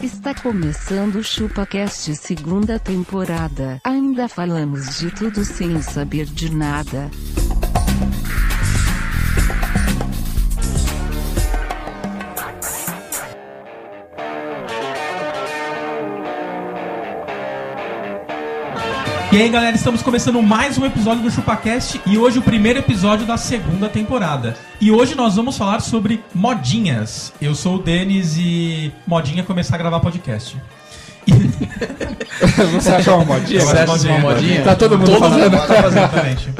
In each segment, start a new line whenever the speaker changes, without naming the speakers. Está começando o ChupaCast segunda temporada. Ainda falamos de tudo sem saber de nada.
E aí galera, estamos começando mais um episódio do ChupaCast e hoje o primeiro episódio da segunda temporada. E hoje nós vamos falar sobre modinhas. Eu sou o Denis e modinha é começar a gravar podcast.
Você acha uma modinha?
Eu acho modinha.
Tá todo mundo fazendo.
Tá Exatamente.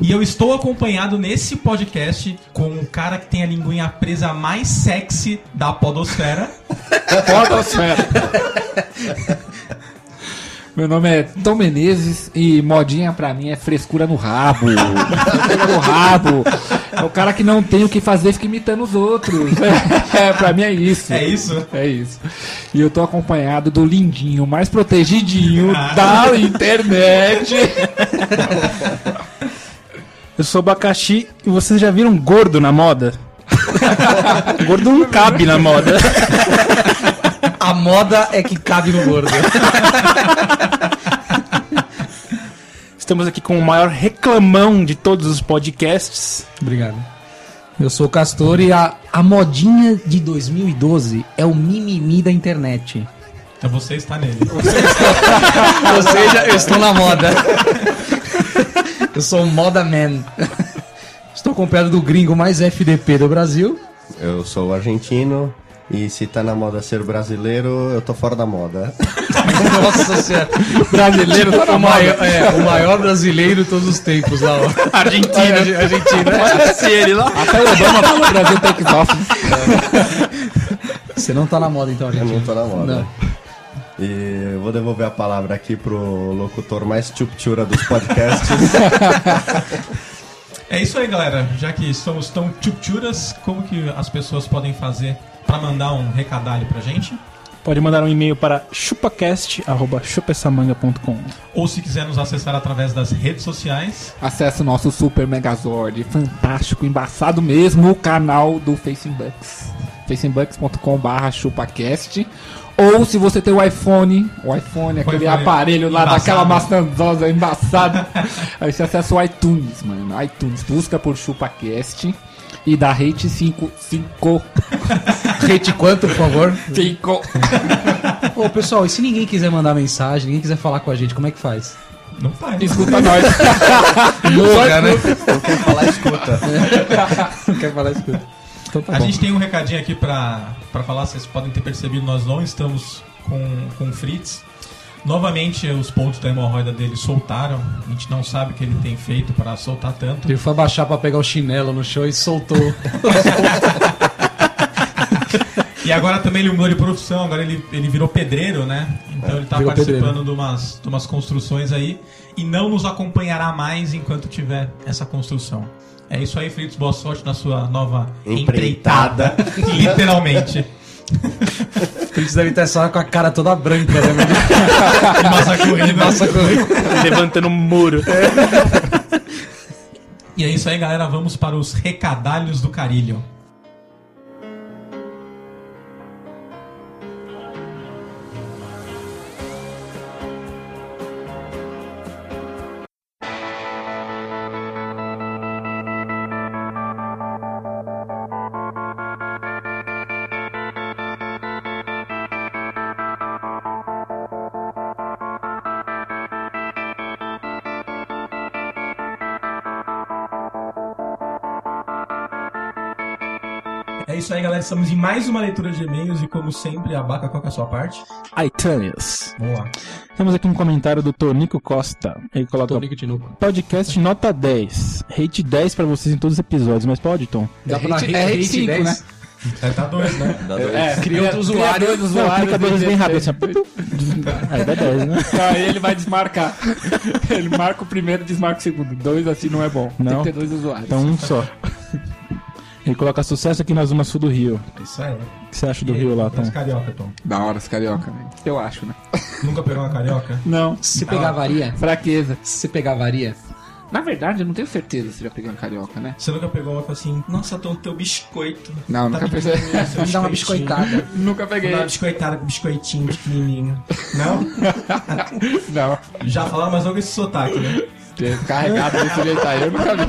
E eu estou acompanhado nesse podcast com o cara que tem a linguinha presa mais sexy da podosfera.
Podosfera. Meu nome é Tom Menezes e modinha pra mim é frescura no rabo. Frescura no rabo. É o cara que não tem o que fazer, fica imitando os outros. É, pra mim é isso.
É isso?
É isso. E eu tô acompanhado do lindinho, mais protegidinho da internet.
Eu sou abacaxi e vocês já viram gordo na moda? gordo não cabe na moda.
A moda é que cabe no gordo.
Estamos aqui com o maior reclamão de todos os podcasts.
Obrigado. Eu sou o Castor e a, a modinha de 2012 é o mimimi da internet.
Então você está nele.
Ou seja, eu estou na moda. Eu sou um moda man. Estou acompanhado do gringo mais FDP do Brasil.
Eu sou argentino e se tá na moda ser brasileiro, eu tô fora da moda.
Nossa senhora.
Brasileiro tá na
O
moda.
maior, é, o maior brasileiro de todos os tempos lá, ó.
Argentina.
Argentina.
Se ele lá.
Até o Obama falou que o Brasil take off.
Você não tá na moda então,
Eu
Argentina.
não tô na moda.
Não.
E eu vou devolver a palavra aqui pro locutor mais chuptura dos podcasts.
É isso aí, galera. Já que somos tão tchupchuras, como que as pessoas podem fazer pra mandar um recadalho pra gente?
Pode mandar um e-mail para chupacast.chupessamanga.com.
Ou se quiser nos acessar através das redes sociais,
Acesse o nosso Super Megazord, fantástico, embaçado mesmo, o canal do Facebooks. facebook.com.br chupacast. Ou se você tem o iPhone, o iPhone, aquele
iPhone
aparelho lá
embaçado.
daquela maçandosa embaçada, aí você acessa o iTunes, mano. iTunes, busca por ChupaCast e dá rate 5, 5,
Rate quanto, por favor?
5.
Ô, pessoal, e se ninguém quiser mandar mensagem, ninguém quiser falar com a gente, como é que faz?
não faz.
Escuta nós.
Morra, né?
Não quer falar, escuta.
Não quer falar isso. Então tá
a
bom.
gente tem um recadinho aqui pra, pra falar, vocês podem ter percebido, nós não estamos com, com o Fritz. Novamente, os pontos da hemorroida dele soltaram. A gente não sabe o que ele tem feito pra soltar tanto.
Ele foi abaixar pra pegar o chinelo no chão e soltou.
E agora também ele mudou de profissão, agora ele, ele virou pedreiro, né? Então ele tá
virou
participando
pedreiro.
de umas, de umas construções aí e não nos acompanhará mais enquanto tiver essa construção. É isso aí, Fritz. Boa sorte na sua nova empreitada.
Empreitada.
literalmente.
O Fritz deve estar só com a cara toda branca, né?
Massa corrida.
Nossa,
Levantando um muro.
E é isso aí, galera. Vamos para os recadalhos do Carilho. É isso aí, galera. Estamos em mais uma leitura de e-mails e, como sempre, abaca qual que é a sua parte.
iTunes.
Boa.
Temos aqui um comentário do Tonico Costa. Ele coloca
Tonico de novo.
podcast nota 10. Rate 10 pra vocês em todos os episódios, mas pode, Tom?
Dá pra dar
hate-
rate- é rate
hate
cinco,
10.
né?
É, tá doido, né?
Dá dois.
É,
Cria outro usuário.
Criadores,
Não, clica dois bem rápido assim. ó.
rápido.
Aí dá 10, né?
Aí ele vai desmarcar. Ele marca o primeiro e desmarca o segundo. Dois assim não é bom. Tem
Não.
que ter dois usuários.
Então um só. Ele coloca sucesso aqui na Zona Sul do Rio.
É Isso aí.
O que você acha do Rio lá, Tom?
Mas carioca, Tom.
Da hora os carioca, né? Eu acho, né?
Nunca pegou uma carioca?
Não.
Se pegar varia,
Fraqueza.
se pegar varia,
Na verdade, eu não tenho certeza se já peguei uma carioca, né?
Você nunca pegou uma que assim, nossa, tô no teu biscoito. Tá
Não, nunca
peguei.
peguei.
Vamos dar uma biscoitada.
Nunca
Vou
peguei.
dar uma biscoitada com biscoitinho pequenininho. Não?
Não.
Já falaram, mas não com esse sotaque, né?
Ter Carregado desse jeito aí, eu nunca vi.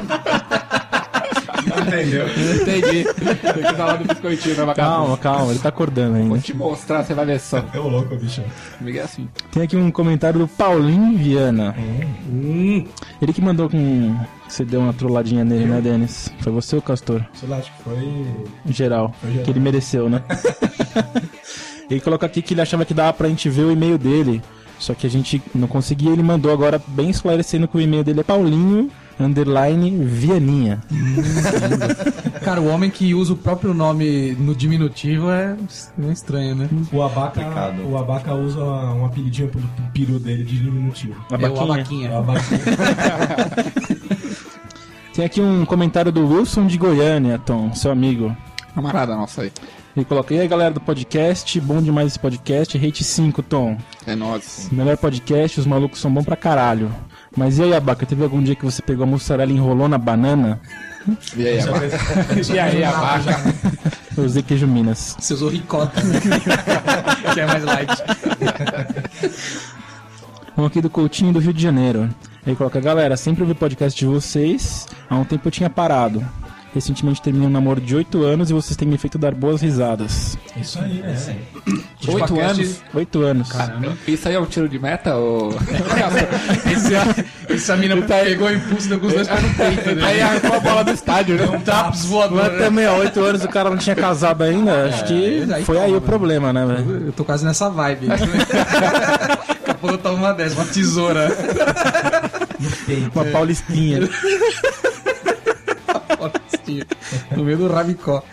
Entendeu?
Entendi. Tem que falar do biscoitinho, né, vagabundo?
Calma, calma, ele tá acordando
Vou
ainda.
te mostrar, você vai ver só.
É o louco, bicho.
Miguel é assim.
Tem aqui um comentário do Paulinho Viana. Hum. Ele que mandou com. Você deu uma trolladinha nele, né, Denis? Foi você ou Castor?
Sei lá, acho que foi.
Em geral.
geral.
Que ele mereceu, né? ele coloca aqui que ele achava que dava pra gente ver o e-mail dele. Só que a gente não conseguia, ele mandou agora bem esclarecendo que o e-mail dele é Paulinho underline Vianinha.
É Cara, o homem que usa o próprio nome no diminutivo é meio estranho, né?
O Abaca,
Complicado.
o Abaca usa um apelidinho pro pro peru dele de diminutivo.
É o
É
abaquinha.
o Abaca.
Tem aqui um comentário do Wilson de Goiânia, Tom, seu amigo.
Camarada nossa aí.
Ele coloca, e aí galera do podcast, bom demais esse podcast, rate 5, Tom.
É nós.
Melhor podcast, os malucos são bons pra caralho. Mas e aí, Abaca, teve algum dia que você pegou a mussarela e enrolou na banana?
E aí, é abaca? E aí, abaca?
Eu usei queijo Minas.
Você usou ricota. que é mais light.
Um aqui do Coutinho do Rio de Janeiro. Ele coloca, galera, sempre ouvi podcast de vocês, há um tempo eu tinha parado. Recentemente terminei um namoro de 8 anos e vocês têm me feito dar boas risadas.
Isso aí, né?
Oito
Tipo, podcast-
anos?
8 anos.
Isso aí é um tiro de meta É ou...
Esse, essa mina pegou o impulso de alguns dois
É,
pés no peito, né?
Aí arrancou a bola do estádio, né?
Um traps voador.
Mas também, ó, 8 anos o cara não tinha casado ainda, acho que
aí
foi É, aí
calma,
o problema, né, velho?
Eu tô quase nessa vibe. Daqui a pouco eu tomo uma dessa, uma tesoura.
Uma paulistinha.
no meio do rabicó.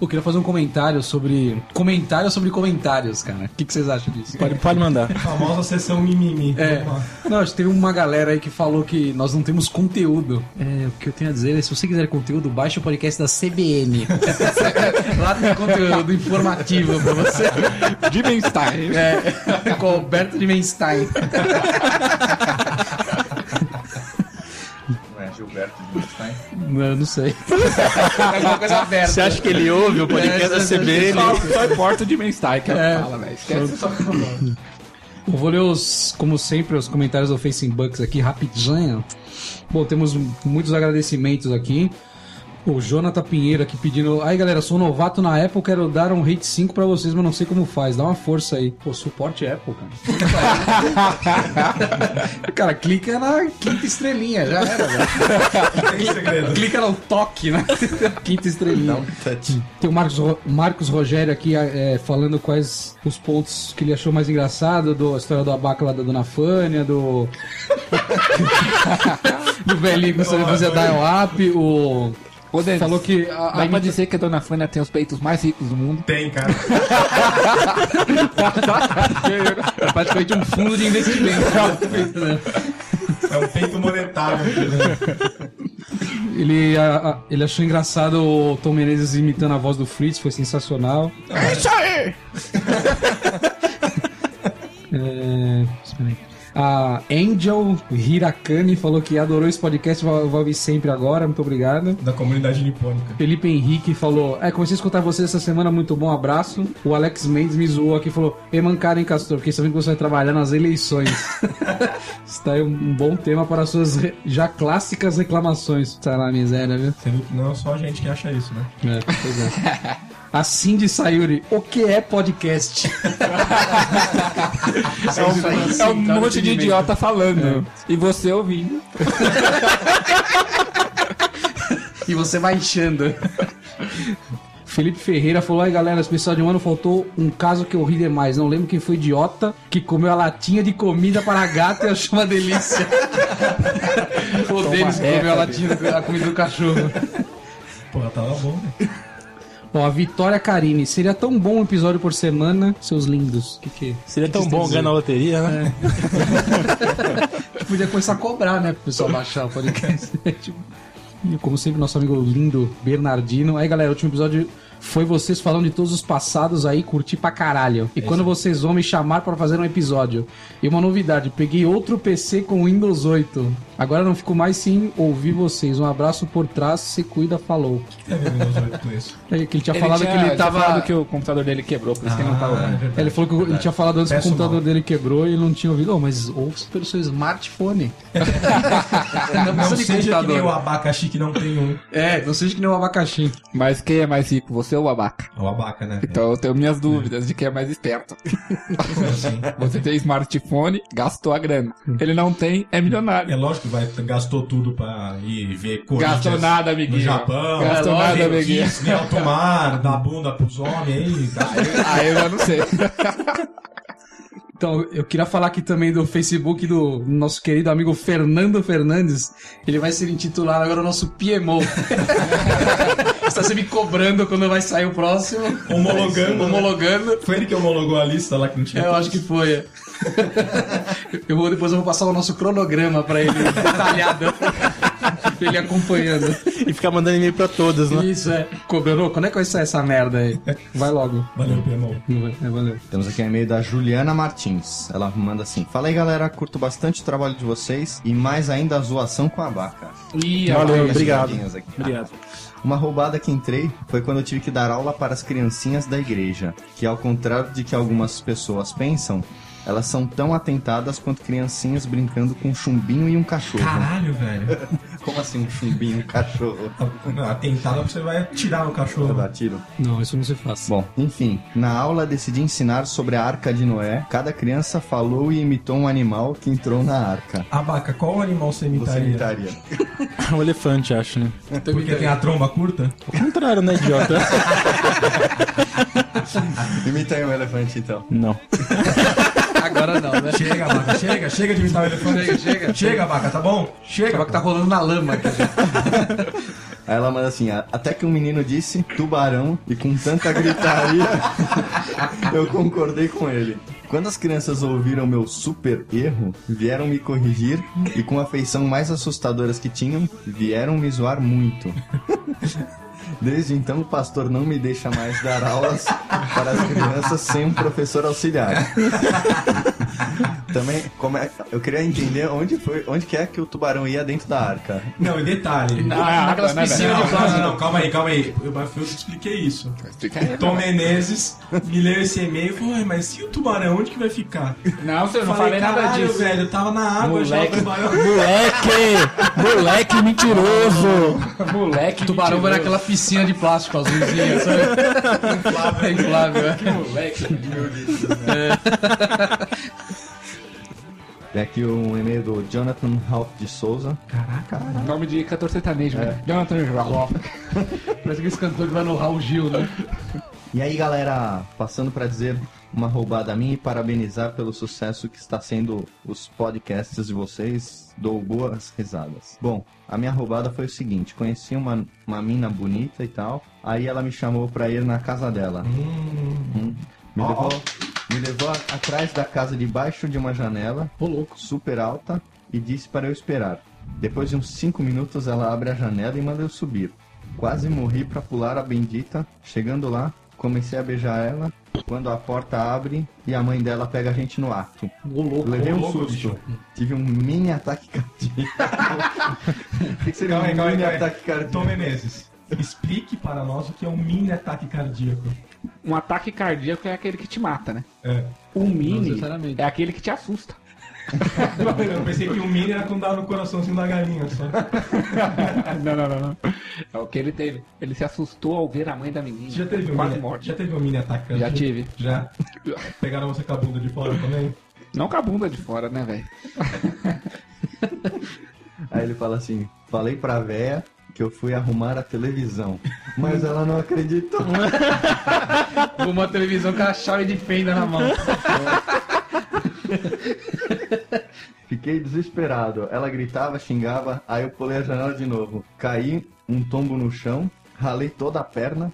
Eu queria fazer um comentário sobre. Comentário sobre comentários, cara. O que, que vocês acham disso?
Pode, pode mandar.
A famosa sessão mimimi.
É.
Vamos lá.
Não, acho que teve uma galera aí que falou que nós não temos conteúdo. É, o que eu tenho a dizer é: se você quiser conteúdo, baixe o podcast da CBN. Lá tem conteúdo informativo pra você.
De bem-estar.
É, com o Alberto de Menstein.
Não é Gilberto de Einstein.
Não, não sei. É alguma coisa aberta. Você acha que ele ouve o podcast da CBN?
Só, só importa o de bem-estar que
É.
ela fala, velho. Esquece só
Eu vou ler os, como sempre, os comentários do Facebooks aqui rapidinho. Bom, temos muitos agradecimentos aqui. O Jonathan Pinheiro aqui pedindo. Aí galera, sou um novato na Apple, quero dar um rate 5 pra vocês, mas não sei como faz. Dá uma força aí. Pô, suporte Apple, cara. cara, clica na quinta estrelinha, já era, velho.
Não Tem segredo.
Clica no toque, né? quinta estrelinha.
Touch.
Tem o Marcos, Ro- Marcos Rogério aqui é, falando quais os pontos que ele achou mais engraçado do a história do abaca lá da Dona Fânia, do. do velhinho que sabe fazer dial-up, o.
Ô, Denis,
Falou que a- a
Dá pra
Anitta-
dizer que a Dona Fânia tem os peitos mais ricos do mundo.
Tem, cara.
é praticamente um fundo de investimento. né?
É um peito monetário. né?
ele, a- a- ele achou engraçado o Tom Menezes imitando a voz do Fritz, foi sensacional. É, espera aí. A Angel Hirakami falou que adorou esse podcast, vai vai ouvir sempre agora, muito obrigado.
Da comunidade nipônica.
Felipe Henrique falou: É, comecei a escutar vocês essa semana, muito bom, abraço. O Alex Mendes me zoou aqui e falou: E mancaram, hein, Castor? Fiquei sabendo que você vai trabalhar nas eleições. Está aí um, um bom tema para as suas re- já clássicas reclamações. Tá na miséria, viu?
Sendo que não é só a gente que acha isso, né?
É, pois é. A Cindy Sayuri, o que é podcast?
É um, é um
tá no
monte de
entendimento.
idiota falando. E você ouvindo.
E você vai inchando. Felipe Ferreira falou: aí galera, especial de um ano faltou um caso que eu ri demais. Não lembro quem foi idiota que comeu a latinha de comida para gato e achou uma delícia. o Denis que comeu a latinha da comida do cachorro.
Porra, tava bom, né?
Ó, a Vitória Carini, seria tão bom um episódio por semana, seus lindos. O que, que é?
Seria
tão bom ganhar na
loteria, né?
Podia começar a cobrar, né? Pro pessoal baixar o podcast. Tipo, E como sempre, nosso amigo lindo Bernardino. Aí, galera, o último episódio foi vocês falando de todos os passados aí, curti pra caralho. E quando vocês vão me chamar pra fazer um episódio. E uma novidade, peguei outro PC com Windows 8. Agora não fico mais sem ouvir vocês. Um abraço por trás, se cuida, falou. É que ele tinha falado que ele tava.
falado que Ah. o computador dele quebrou, por isso que ele
Ah,
não tá né? tava ouvindo.
É, Ele falou que ele tinha falado antes que
Peço
o computador
mal.
dele quebrou e ele não tinha ouvido. Oh, mas ouça pelo seu smartphone.
Não,
precisa de
seja que
computador.
nem o abacaxi que não tem um.
É, não seja que nem um abacaxi.
Mas quem é mais rico, você ou o babaca?
O abaca, né?
Então eu tenho minhas dúvidas de quem é mais esperto.
Assim.
Você tem smartphone, gastou a grana. Ele não tem, é milionário.
É lógico que vai, gastou tudo pra ir ver Corinthians.
Gastou nada, amiguinho.
No Japão.
Gastou
Vai lá
nada,
ver
amiguinho.
Kiss, Né, alto mar, dar bunda pros homens aí. tá?
Aí eu já não sei.
Então, eu queria falar aqui também do Facebook do nosso querido amigo Fernando Fernandes. Ele vai ser intitulado agora o nosso PMO. Está sempre cobrando quando vai sair o próximo.
Homologando, né?
Homologando.
Foi ele que homologou a lista lá que não tinha.
É, Eu acho que foi. Eu vou, depois eu vou passar o nosso cronograma pra ele detalhado. pra ele acompanhando.
E ficar mandando e-mail pra todos, né?
Isso é. Cobrando, quando é que vai sair essa merda aí? Vai logo.
Valeu, Pemão.
Não vai- É, valeu.
Temos aqui um e-mail da Juliana Martins. Ela manda assim: Fala aí galera, curto bastante o trabalho de vocês e mais ainda a zoação com a vaca.
Ih,
Valeu,
Olha as
obrigado.
piadinhas aqui.
Obrigado.
Uma roubada que entrei foi quando eu tive que dar aula para as criancinhas da igreja, que ao contrário de que algumas pessoas pensam, elas são tão atentadas quanto criancinhas brincando com um chumbinho e um cachorro.
Caralho, velho.
Como assim um chumbinho e um cachorro?
Não, Atentado você vai tirar o
Vou
cachorro.
dar tiro.
Não, isso não se faz.
Bom, enfim, na aula decidi ensinar sobre a arca de Noé. Cada criança falou e imitou um animal que entrou na arca.
Abaca, qual animal você
Você
imitaria?
imitaria?
Um elefante, acho, né?
Porque tem a tromba curta?
O contrário, né, idiota?
Imita aí um elefante então.
Não.
Agora não, né?
Chega, Abaca, chega, chega de imitar o elefante.
Chega, chega.
Chega, Abaca, tá bom? Chega.
Acaba que tá rolando na lama aqui.
Aí ela manda assim, "A- até que um menino disse tubarão e com tanta gritaria eu concordei com ele. Quando as crianças ouviram meu super erro, vieram me corrigir e com a feição mais assustadoras que tinham, vieram me zoar muito. Desde então o pastor não me deixa mais dar aulas para as crianças sem um professor auxiliar. Também, como é- eu queria entender onde foi, onde que é que o tubarão ia dentro da arca.
Não, e detalhe. Não,
Naquelas
não, não, não, calma aí, calma aí. Eu, mas eu te expliquei isso. Tom Menezes me leu esse e-mail e falou, "Ué, mas e o tubarão, onde que vai ficar?
Não, eu não falei nada
"Caralho,
disso.
velho, eu tava na água já, o
Moleque.
tubarão...
Moleque! Moleque mentiroso!
Moleque,
Tubarão vai naquela piscina de plástico azulzinha, sabe? É inflável, é.
Tem aqui um e-mail do Jonathan Ralph de Souza.
Caraca, nome de cantor sertanejo, né? Jonathan João.
Parece que esse cantor que vai no Raul Gil, né?
E aí, galera, passando pra dizer uma roubada minha e parabenizar pelo sucesso que está sendo os podcasts de vocês. Dou boas risadas. Bom, a minha roubada foi o seguinte: conheci uma, uma mina bonita e tal. Aí ela me chamou pra ir na casa dela. Hum. Me levou, me levou a- atrás da casa, debaixo de uma janela,
Ô, louco.
super alta, e disse para eu esperar. Depois de uns 5 minutos, ela abre a janela e manda eu subir. Quase morri pra pular a bendita. Chegando lá, comecei a beijar ela. Quando a porta abre e a mãe dela pega a gente no ato.
Ô, louco.
Levei um
louco,
susto. Tive um mini ataque cardíaco. O que que seria
Calma aí,
um
calma aí,
mini
calma aí. Tom
ataque cardíaco?
Menezes, explique para nós o que é um mini ataque cardíaco.
Um ataque cardíaco é aquele que te mata, né?
É.
Um
Não
mini
necessariamente.
é aquele que te assusta.
Eu pensei que o mini era quando dava no coraçãozinho da galinha só.
não, não, não, não. É o que ele teve. Ele se assustou ao ver a mãe da menina.
Já teve um
Quase
mini,
morte.
Já teve um mini ataque
Já
cardíaco?
tive.
Já? Pegaram você com a bunda de fora também?
Não com a bunda de fora, né, velho?
Aí ele fala assim: Falei pra véia que eu fui arrumar a televisão. Mas ela não acreditou.
Uma televisão com a chave de fenda na mão.
Fiquei desesperado. Ela gritava, xingava, aí eu pulei a janela de novo. Caí um tombo no chão, ralei toda a perna,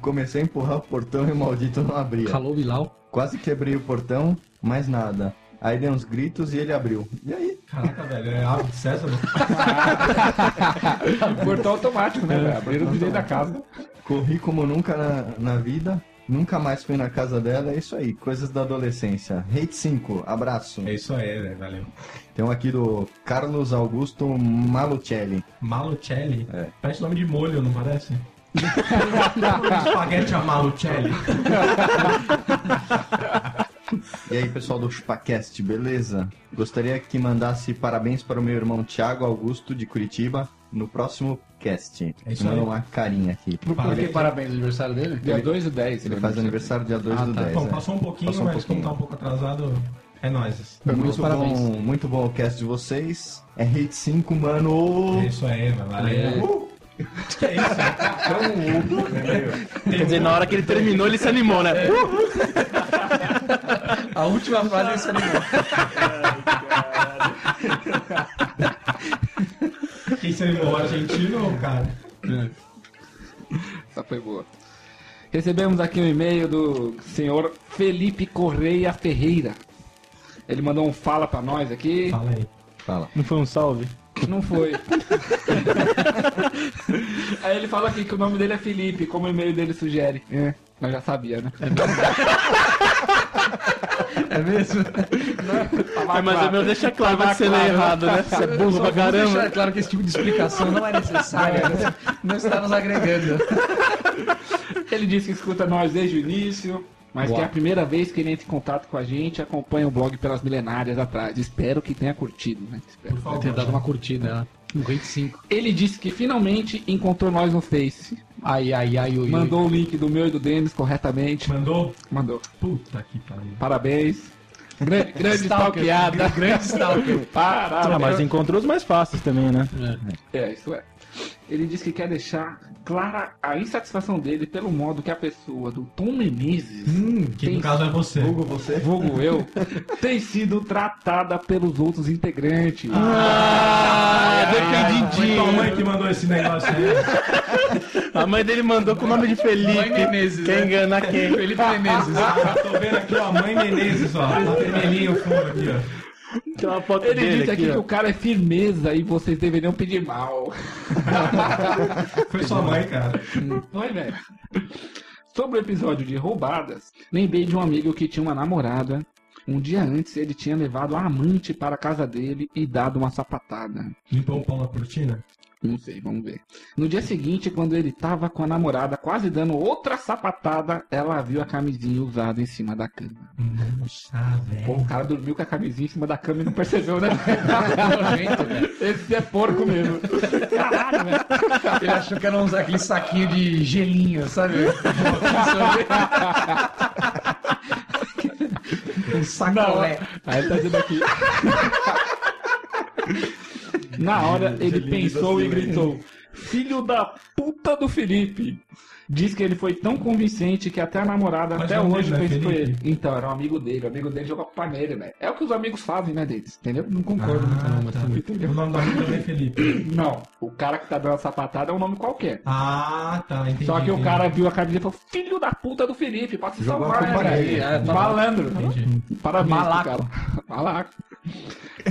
comecei a empurrar o portão e o maldito não abria.
Calou Bilal.
Quase quebrei o portão, mas nada. Aí dei uns gritos e ele abriu. E aí?
Caraca, velho, é hábito de César.
Portão automático, né? velho? Abriram o direito da casa.
Corri como nunca na, na vida. Nunca mais fui na casa dela. É isso aí. Coisas da adolescência. Hate 5. Abraço.
É isso aí, velho, valeu.
Tem um aqui do Carlos Augusto Malucelli.
Malucelli?
É.
Parece nome de molho, não parece? Espaguete a Malucelli.
E aí, pessoal do Chupacast, beleza? Gostaria que mandasse parabéns para o meu irmão Thiago Augusto de Curitiba no próximo cast.
É isso
Manda
aí.
uma carinha aqui.
Por que
Parabéns.
é parabéns no aniversário dele?
Dia 2 e 10.
Ele faz aniversário dia 2 do 10.
Bom,
é.
passou um pouquinho,
Passou um
mas
pouquinho.
como tá um pouco atrasado, é nóis.
Muito
parabéns.
bom, muito bom o cast de vocês. É Hate 5, mano.
É isso aí, velho, valeu. Uh! É isso aí.
Quer dizer, na hora que ele terminou, ele se animou, né? Uh!
A última frase é esse animal.
Quem se animou, argentino ou cara?
Essa foi boa. Recebemos aqui um e-mail do senhor Felipe Correia Ferreira. Ele mandou um fala pra nós aqui.
Fala aí.
Fala.
Não foi um salve?
Não foi. Aí ele fala aqui que o nome dele é Felipe, como o e-mail dele sugere. É. Nós já sabia, né?
É mesmo?
Tá
Ah, mas é meu deixa claro que você lê errado, né? Você é burro
Só
pra
vamos
caramba.
deixar claro que esse tipo de explicação não é necessária. né? não está nos agregando.
Ele disse que escuta nós desde o início, mas que é a primeira vez que ele entra em contato com a gente, acompanha o blog pelas milenárias atrás. Espero que tenha curtido, né? Espero.
Por favor.
Ter dado uma curtida, né? Um 25.
Ele disse que finalmente encontrou nós no Face.
Ai, ai, ai, ui. ui.
Mandou o link do meu e do Denis corretamente.
Mandou?
Mandou.
Puta que pariu.
Parabéns. Grande, grande
Stalker.
stalkeada.
Grande stalker.
Ah, mas
Parabéns.
encontrou os mais fáceis também, né?
É, isso é. Ele diz que quer deixar clara a insatisfação dele pelo modo que a pessoa do Tom Menezes,
Hum, que
Tem-
no caso é você.
Hugo, você?
vulgo eu, tem sido tratada pelos outros integrantes.
Ah,
Foi tua
defendidinho.
mãe que mandou esse negócio aí.
A mãe dele mandou com o nome de Felipe.
Mãe Menezes,
Quem
né?
engana quem?
Felipe Menezes.
Ah, tô vendo aqui, ó, mãe Menezes, ó. Tá vermelhinho o fundo aqui, ó.
Tem uma foto
Ele
dele
disse aqui
aqui,
que
ó.
o cara é firmeza e vocês deveriam pedir mal.
Foi sua mãe, cara.
Hum.
Não é, velho? Sobre o episódio de roubadas, lembrei de um amigo que tinha uma namorada. Um dia antes, ele tinha levado a amante para a casa dele e dado uma sapatada.
Limpou o pau na cortina?
Não sei, vamos ver. No dia seguinte, quando ele tava com a namorada quase dando outra sapatada, ela viu a camisinha usada em cima da cama.
Nossa,
Pô,
velho.
o cara dormiu com a camisinha em cima da cama e não percebeu, né?
Nojento, velho.
Esse é porco mesmo. Caralho, velho.
Ele achou que era uns, aquele saquinho de gelinho, sabe? um sacolé.
Aí ele tá dizendo aqui. Na hora, ele
assim,
pensou
né?
e gritou: Filho da puta do Felipe! Diz que ele foi tão convincente que até a namorada
Mas é
até
não
hoje
lembra,
fez com ele.
né, Felipe?
Então, era um amigo dele, o amigo dele jogou pra panela, né? É o que os amigos fazem, né, deles? Entendeu? Não concordo muito, não,
tá,
mas tudo bem, entendeu?
Ah, O nome da amiga também é Felipe.
Não, o cara que tá dando a sapatada é um nome qualquer.
Ah, tá, entendi.
Só que o
entendi.
cara viu a camisa e falou: Filho da puta do Felipe, pode se
Jogou a
salvar, né,
culpa
cara?
nele,
é, tá
Malandro.
Entendi.
Parabéns, pro
Malaco.
cara. Malaco.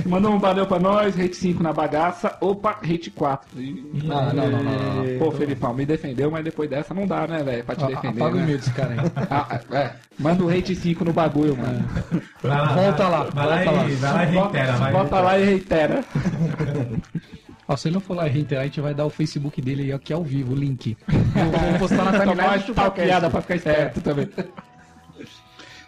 Mandou um valeu pra nós, rate 5 na bagaça. Opa, rate 4. Ih,
Não, não, não, não, não.
Pô, Felipão, me defendeu, mas depois dessa não dá, né, velho? Pra te defender.
Apaga o
né?
medo desse cara aí.
Ah, é. Manda o rate 5 no bagulho, mano.
Vai lá,
Volta
vai-
lá,
Vai lá,
volta
e,
lá.
vai lá e reitera, vai.
Bota lá e reitera.
Ó, se ele não for lá reiterar, a gente vai dar o Facebook dele aí aqui ao vivo, o link. Eu vou postar na timeline do
tal
Chupacast.
piada pra ficar esperto também.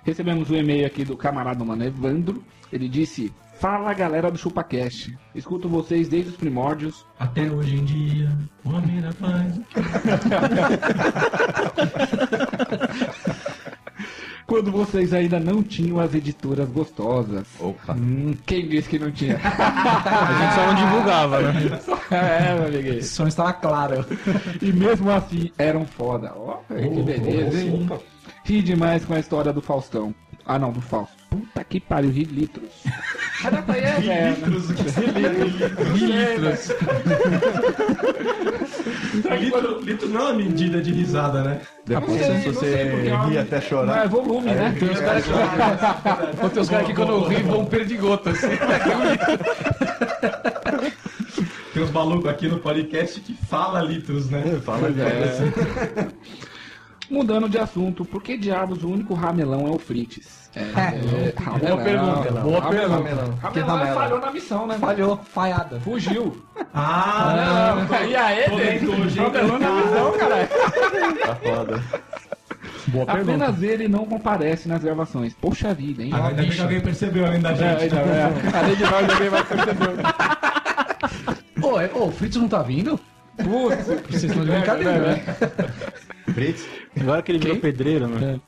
Recebemos um e-mail aqui do camarada mano Evandro. Ele disse: Fala galera do ChupaCast. Escuto vocês desde os primórdios.
Até hoje em dia, o homem da paz.
Quando vocês ainda não tinham as editoras gostosas.
Opa.
Hum, quem disse que não tinha?
A gente só não divulgava, né?
é, meu amiguinho.
Esse som estava claro.
E mesmo assim, eram foda. Ó, que beleza, hein? Ri demais com a história do Faustão. Ah, não, do Fausto. Puta que pariu, ri litros. Cadê a é, velho?
Litros. litro, litro não é uma medida de risada, né?
Depois
sei,
se
não
você
sei porque é uma
rir
medida.
até
Ah,
chorar.
é volume, né?
Tem uns caras que, tem uns cara que quando ri vão perdigotas.
Tem uns malucos aqui no podcast que fala litros, né?
Fala, velho.
Mudando de assunto, por que diabos o único ramelão é o Frites? É, é, ramelão,
pergunta, boa
ramelão.
pergunta.
Que
Ramelão,
ramela?
falhou na missão, né?
Falhou, falhada.
Fugiu.
Ah,
E aí,
não.
Dede?
hoje, hein?
Ramelão na missão, caralho.
Tá foda.
Boa pergunta.
Apenas ele não comparece nas gravações. Poxa vida, hein?
Ah, Ainda bem que alguém percebeu além da gente.
ainda, é. Além de nós, ninguém vai perceber.
Ô, é- ô, o Fritz não tá vindo?
Putz, é,
Vocês estão de brincadeira, né?
Fritz?
Agora que ele virou pedreiro, né?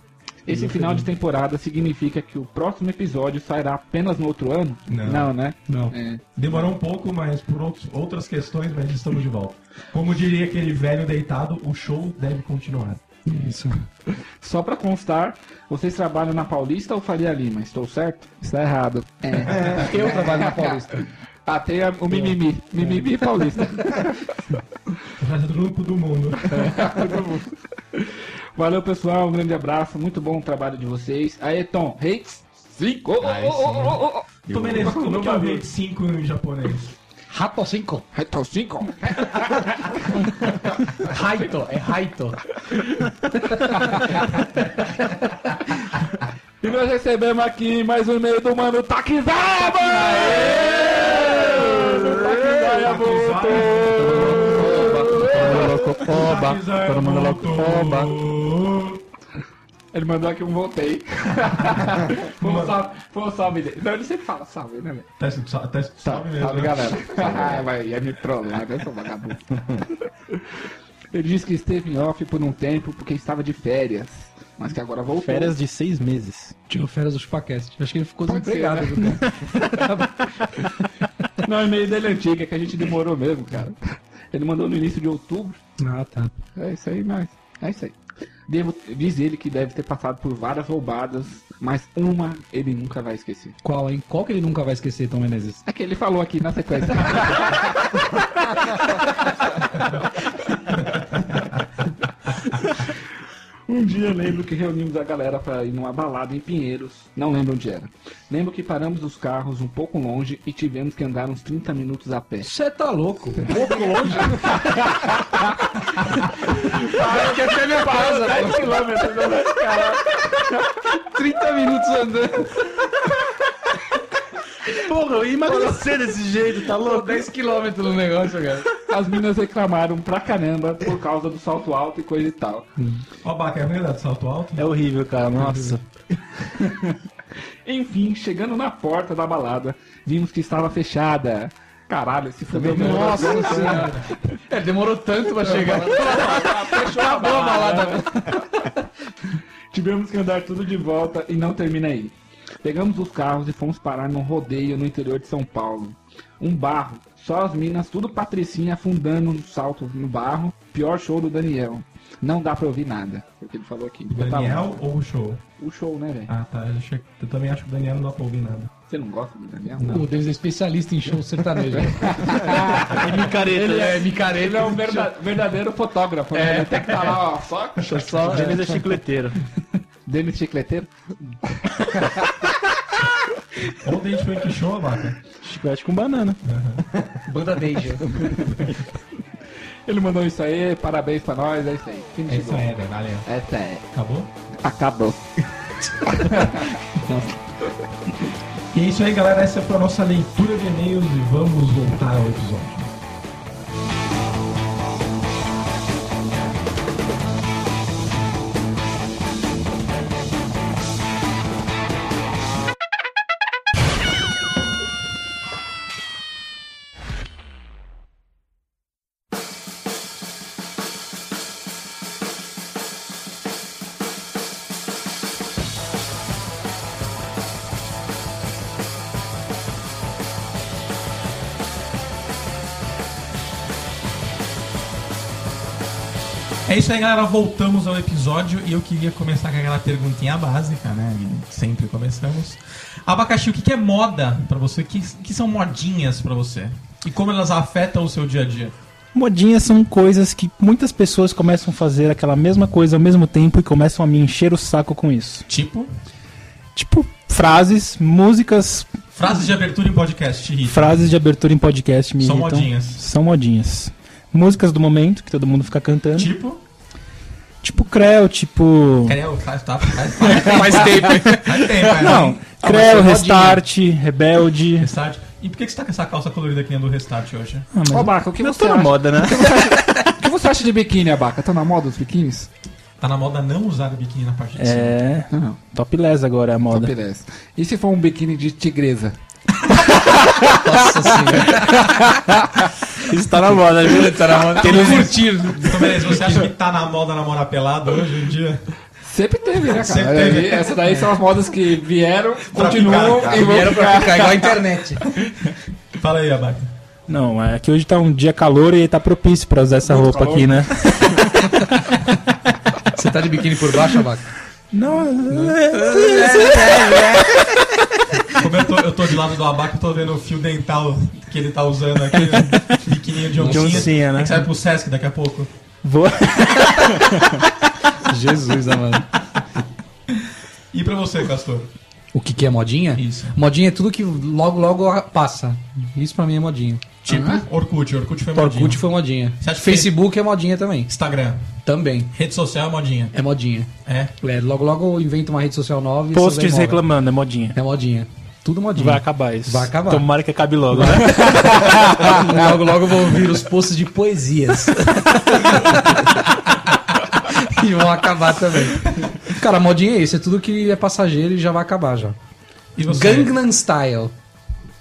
Esse final de temporada significa que o próximo episódio sairá apenas no outro ano?
Não.
né?
Não.
É.
Demorou um pouco, mas por outros- outras questões, mas estamos de volta. Como diria aquele velho deitado, o show deve continuar.
Só pra constar, vocês trabalham na Paulista ou Faria Lima? Estou certo? Está errado. É. Eu trabalho na Paulista. Ah, tem a- o mimimi. Mimimi Paulista.
O resto do grupo do mundo.
Valeu, pessoal. Um grande abraço. Muito bom o trabalho de vocês. Aê, Tom. Hates 5. Oh,
Aí
oh, oh, oh, oh, oh.
Tô merecendo como que é o rei de cinco em japonês.
Rato 5.
Hates 5.
Raito, é Raito.
E nós recebemos aqui mais um e-mail do Mano Taquizaba! Aê! Mano Taquizaba
Oba, todo mundo louco, oba.
Ele mandou aqui um voltei. foi, um salve, foi um salve dele. Não, ele sempre fala salve, né, velho?
Tá escrito só- tá escrito só mesmo,
Salve,
né?
galera. Ah, Vai, ia me trollar, né, seu vagabundo? Ele disse que esteve em off por um tempo porque estava de férias, mas que agora voltou.
Férias de seis meses.
Tirou férias do Chupacast. Acho que ele ficou
Pode ser,
desempregado.
né? Não, o e-mail dele é antigo, é que a gente demorou mesmo, cara. Ele mandou no início de outubro.
Ah, tá.
É isso aí, mas. É isso aí. Devo, diz ele que deve ter passado por várias roubadas, mas uma ele nunca vai esquecer.
Qual, hein? Qual que ele nunca vai esquecer, Tom Menezes?
É que ele falou aqui na sequência. um dia lembro que reunimos a galera para ir numa balada em Pinheiros, não lembro onde era. Lembro que paramos os carros um pouco longe e tivemos que andar uns 30 minutos a pé.
Você tá louco.
Parece
é
que até minha casa, 10 quilômetros, né, cara?
30 minutos andando.
Porra, eu ia emagrecer desse jeito, tá louco?
10 é quilômetros no negócio, cara.
As meninas reclamaram pra caramba por causa do salto alto e coisa e tal.
Ó, Baca, é verdade, salto alto?
É horrível, cara. Nossa.
Enfim, chegando na porta da balada, vimos que estava fechada. Caralho, é se fudeu mesmo.
Nossa senhora. É, demorou tanto pra chegar. Fechou a né? boa balada.
Tivemos que andar tudo de volta e não termina aí. Pegamos os carros e fomos parar num rodeio no interior de São Paulo. Um barro, só as minas, tudo patricinha afundando no salto no barro. Pior show do Daniel. Não dá pra ouvir nada. É o que ele falou aqui. Devia tá
Daniel ou o show?
lá. O show, né, velho?
Ah, tá. Eu, achei- eu também acho que o Daniel não dá pra ouvir nada.
Você não gosta do Daniel?
O Denis é especialista em show sertanejo. né?
É micareta.
Ele
né?
é micareta.
Ele é um verda- verdadeiro fotógrafo, né? Tem que tá lá, ó, só
O Denis é chicleteiro.
Denis é Chicleteiro.
Ontem a gente foi em que show, Baca?
Chiclete com banana.
Banda Deja.
Ele mandou isso aí, parabéns pra nós, é isso aí. Fim de
É isso aí, velho. Valeu.
Essa é.
Acabou?
Acabou.
E é isso aí, galera. Essa foi a nossa leitura de e-mails e vamos voltar ao episódio. É isso aí, galera. Voltamos ao episódio e eu queria começar com aquela perguntinha básica, né? E sempre começamos. Abacaxi, o que que é moda pra você? O que, que são modinhas pra você? E como elas afetam o seu dia a dia?
Modinhas são coisas que muitas pessoas começam a fazer aquela mesma coisa ao mesmo tempo e começam a me encher o saco com isso.
Tipo,
Tipo, frases, músicas,
frases de abertura em podcast. Rita.
frases de abertura em podcast me
São
irritam.
modinhas.
São modinhas. Músicas do momento, que todo mundo fica cantando. Tipo,
Tipo,
Creu, tipo...
Creu, faz, tá, faz, faz,
Faz tempo.
faz tempo, é,
Não,
Ah, mas
Creu,
foi modinha.
Restart, Rebelde...
Restart. E por que que você tá com essa calça colorida que nem a do Restart hoje?
Ah, mas
Ô, Abaca, o que
Eu
você
tô na
acha?
moda, né?
O que você acha de biquíni, Abaca? Tá na moda os biquínis?
Tá na moda não usar biquíni na parte de cima.
É,
Não, não.
topless agora é a
Só
moda.
beleza. E se for um biquíni de tigresa?
Nossa senhora.
Isso tá na moda, viu? Tá na moda.
curtir.
Então, beleza, você acha que tá na moda namorar pelado hoje em dia?
Sempre teve, né, cara?
Sempre
Olha aí,
teve.
Essa daí são as modas que vieram,
Pra
continuam
ficar, cara.
e vão
Vieram pra
ficar.
ficar igual a internet.
Fala aí, Abaca.
Não, é que hoje tá um dia calor e tá propício pra usar essa roupa
calor.
aqui, né?
Você tá de biquíni por baixo, abaca?
Não, é-
Como eu tô, eu tô de lado do Abaca, eu tô vendo o fio dental que ele tá usando aqui, né? biquininho de oncinha.
De oncinha, né?
É que sai pro Sesc daqui a pouco.
vou...
Jesus, né, amado.
E pra você, Castor?
O que, que é modinha?
Isso.
Modinha é tudo que logo, logo a- passa. Isso pra mim é modinha.
Tipo, Orkut. Orkut foi modinha.
Orkut foi modinha.
Você acha que-
Facebook é modinha também.
Instagram.
Também.
Rede social é modinha.
É modinha.
É.
É, logo, logo inventa uma rede social nova e isso
Posts
daí moda.
reclamando, é modinha.
É modinha. Tudo modinha.
Vai acabar isso.
Vai acabar.
Tomara que acabe logo, né?
Logo, logo eu vou ouvir os posts de poesias. e vão acabar também. Cara, modinha é isso. É tudo que é passageiro e já vai acabar já.
E você?
Gangnam Style.
O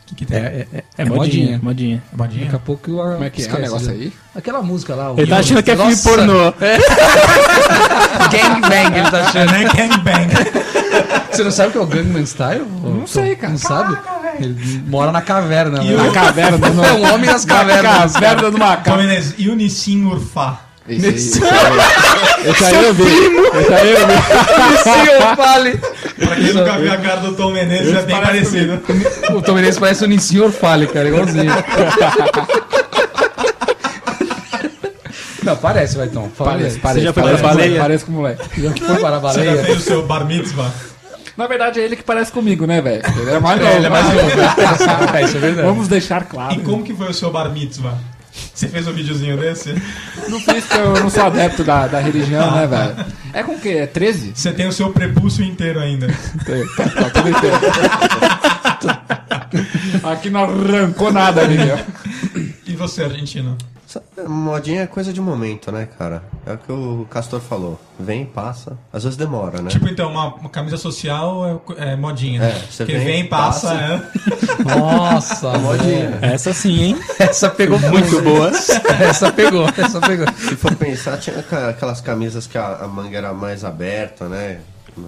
que, que tem?
É, modinha, modinha.
É modinha?
Daqui a pouco... né?
Como é que é o negócio aí?
Aquela música lá. o-
Ele tá achando que é filme
Nossa,
pornô.
Gangbang, ele tá achando.
Não é gangbang.
Você não sabe o que é o Gangnam Style? Não
sei, cara.
Não sabe? Ele mora na caverna,
E
né?
o-
Caverna do
É um homem nas cavernas. cara.
Caverna do macaco.
Então, Inês, e o Nissin Urfá?
Esse aí, esse aí. Esse aí eu vi. Esse aí eu vi.
Seu vale.
Pra quem nunca viu a cara do Tom Menezes, é bem parecido.
O Tom Menezes parece o Nissinho Orfale, cara, igualzinho. Não, parece, vai, Tom. Fala
Parece,
aí.
parece,
já foi
parece,
para a
com
baleia?
moleque, parece com moleque.
Já foi para a
Você já
baleia?
fez o seu bar mitzvah?
Na verdade, é ele que parece comigo, né, velho? Ele é mais
É,
novo. né?
ele é mais novo. É, isso é verdade.
Vamos deixar claro.
E como que foi o seu bar mitzvah? Você fez um videozinho desse?
Não fiz que eu não sou adepto da, da religião,
Ah.
né, velho? É com o quê? É 13?
Você tem o seu prepúcio inteiro ainda.
Tá, tá tudo inteiro. Aqui não arrancou nada, Miguel.
E você, argentino?
Modinha é coisa de momento, né, cara? É o que o Castor falou. Vem, passa. Às vezes demora, né?
Tipo, então, uma, uma camisa social é, é modinha.
É,
Porque
você
vem,
vem,
passa, é.
Nossa,
Modinha.
Essa sim, hein?
Essa pegou muito boa. Essa pegou, essa pegou.
Se for pensar, tinha ca- aquelas camisas que a, a manga era mais aberta, né?
é.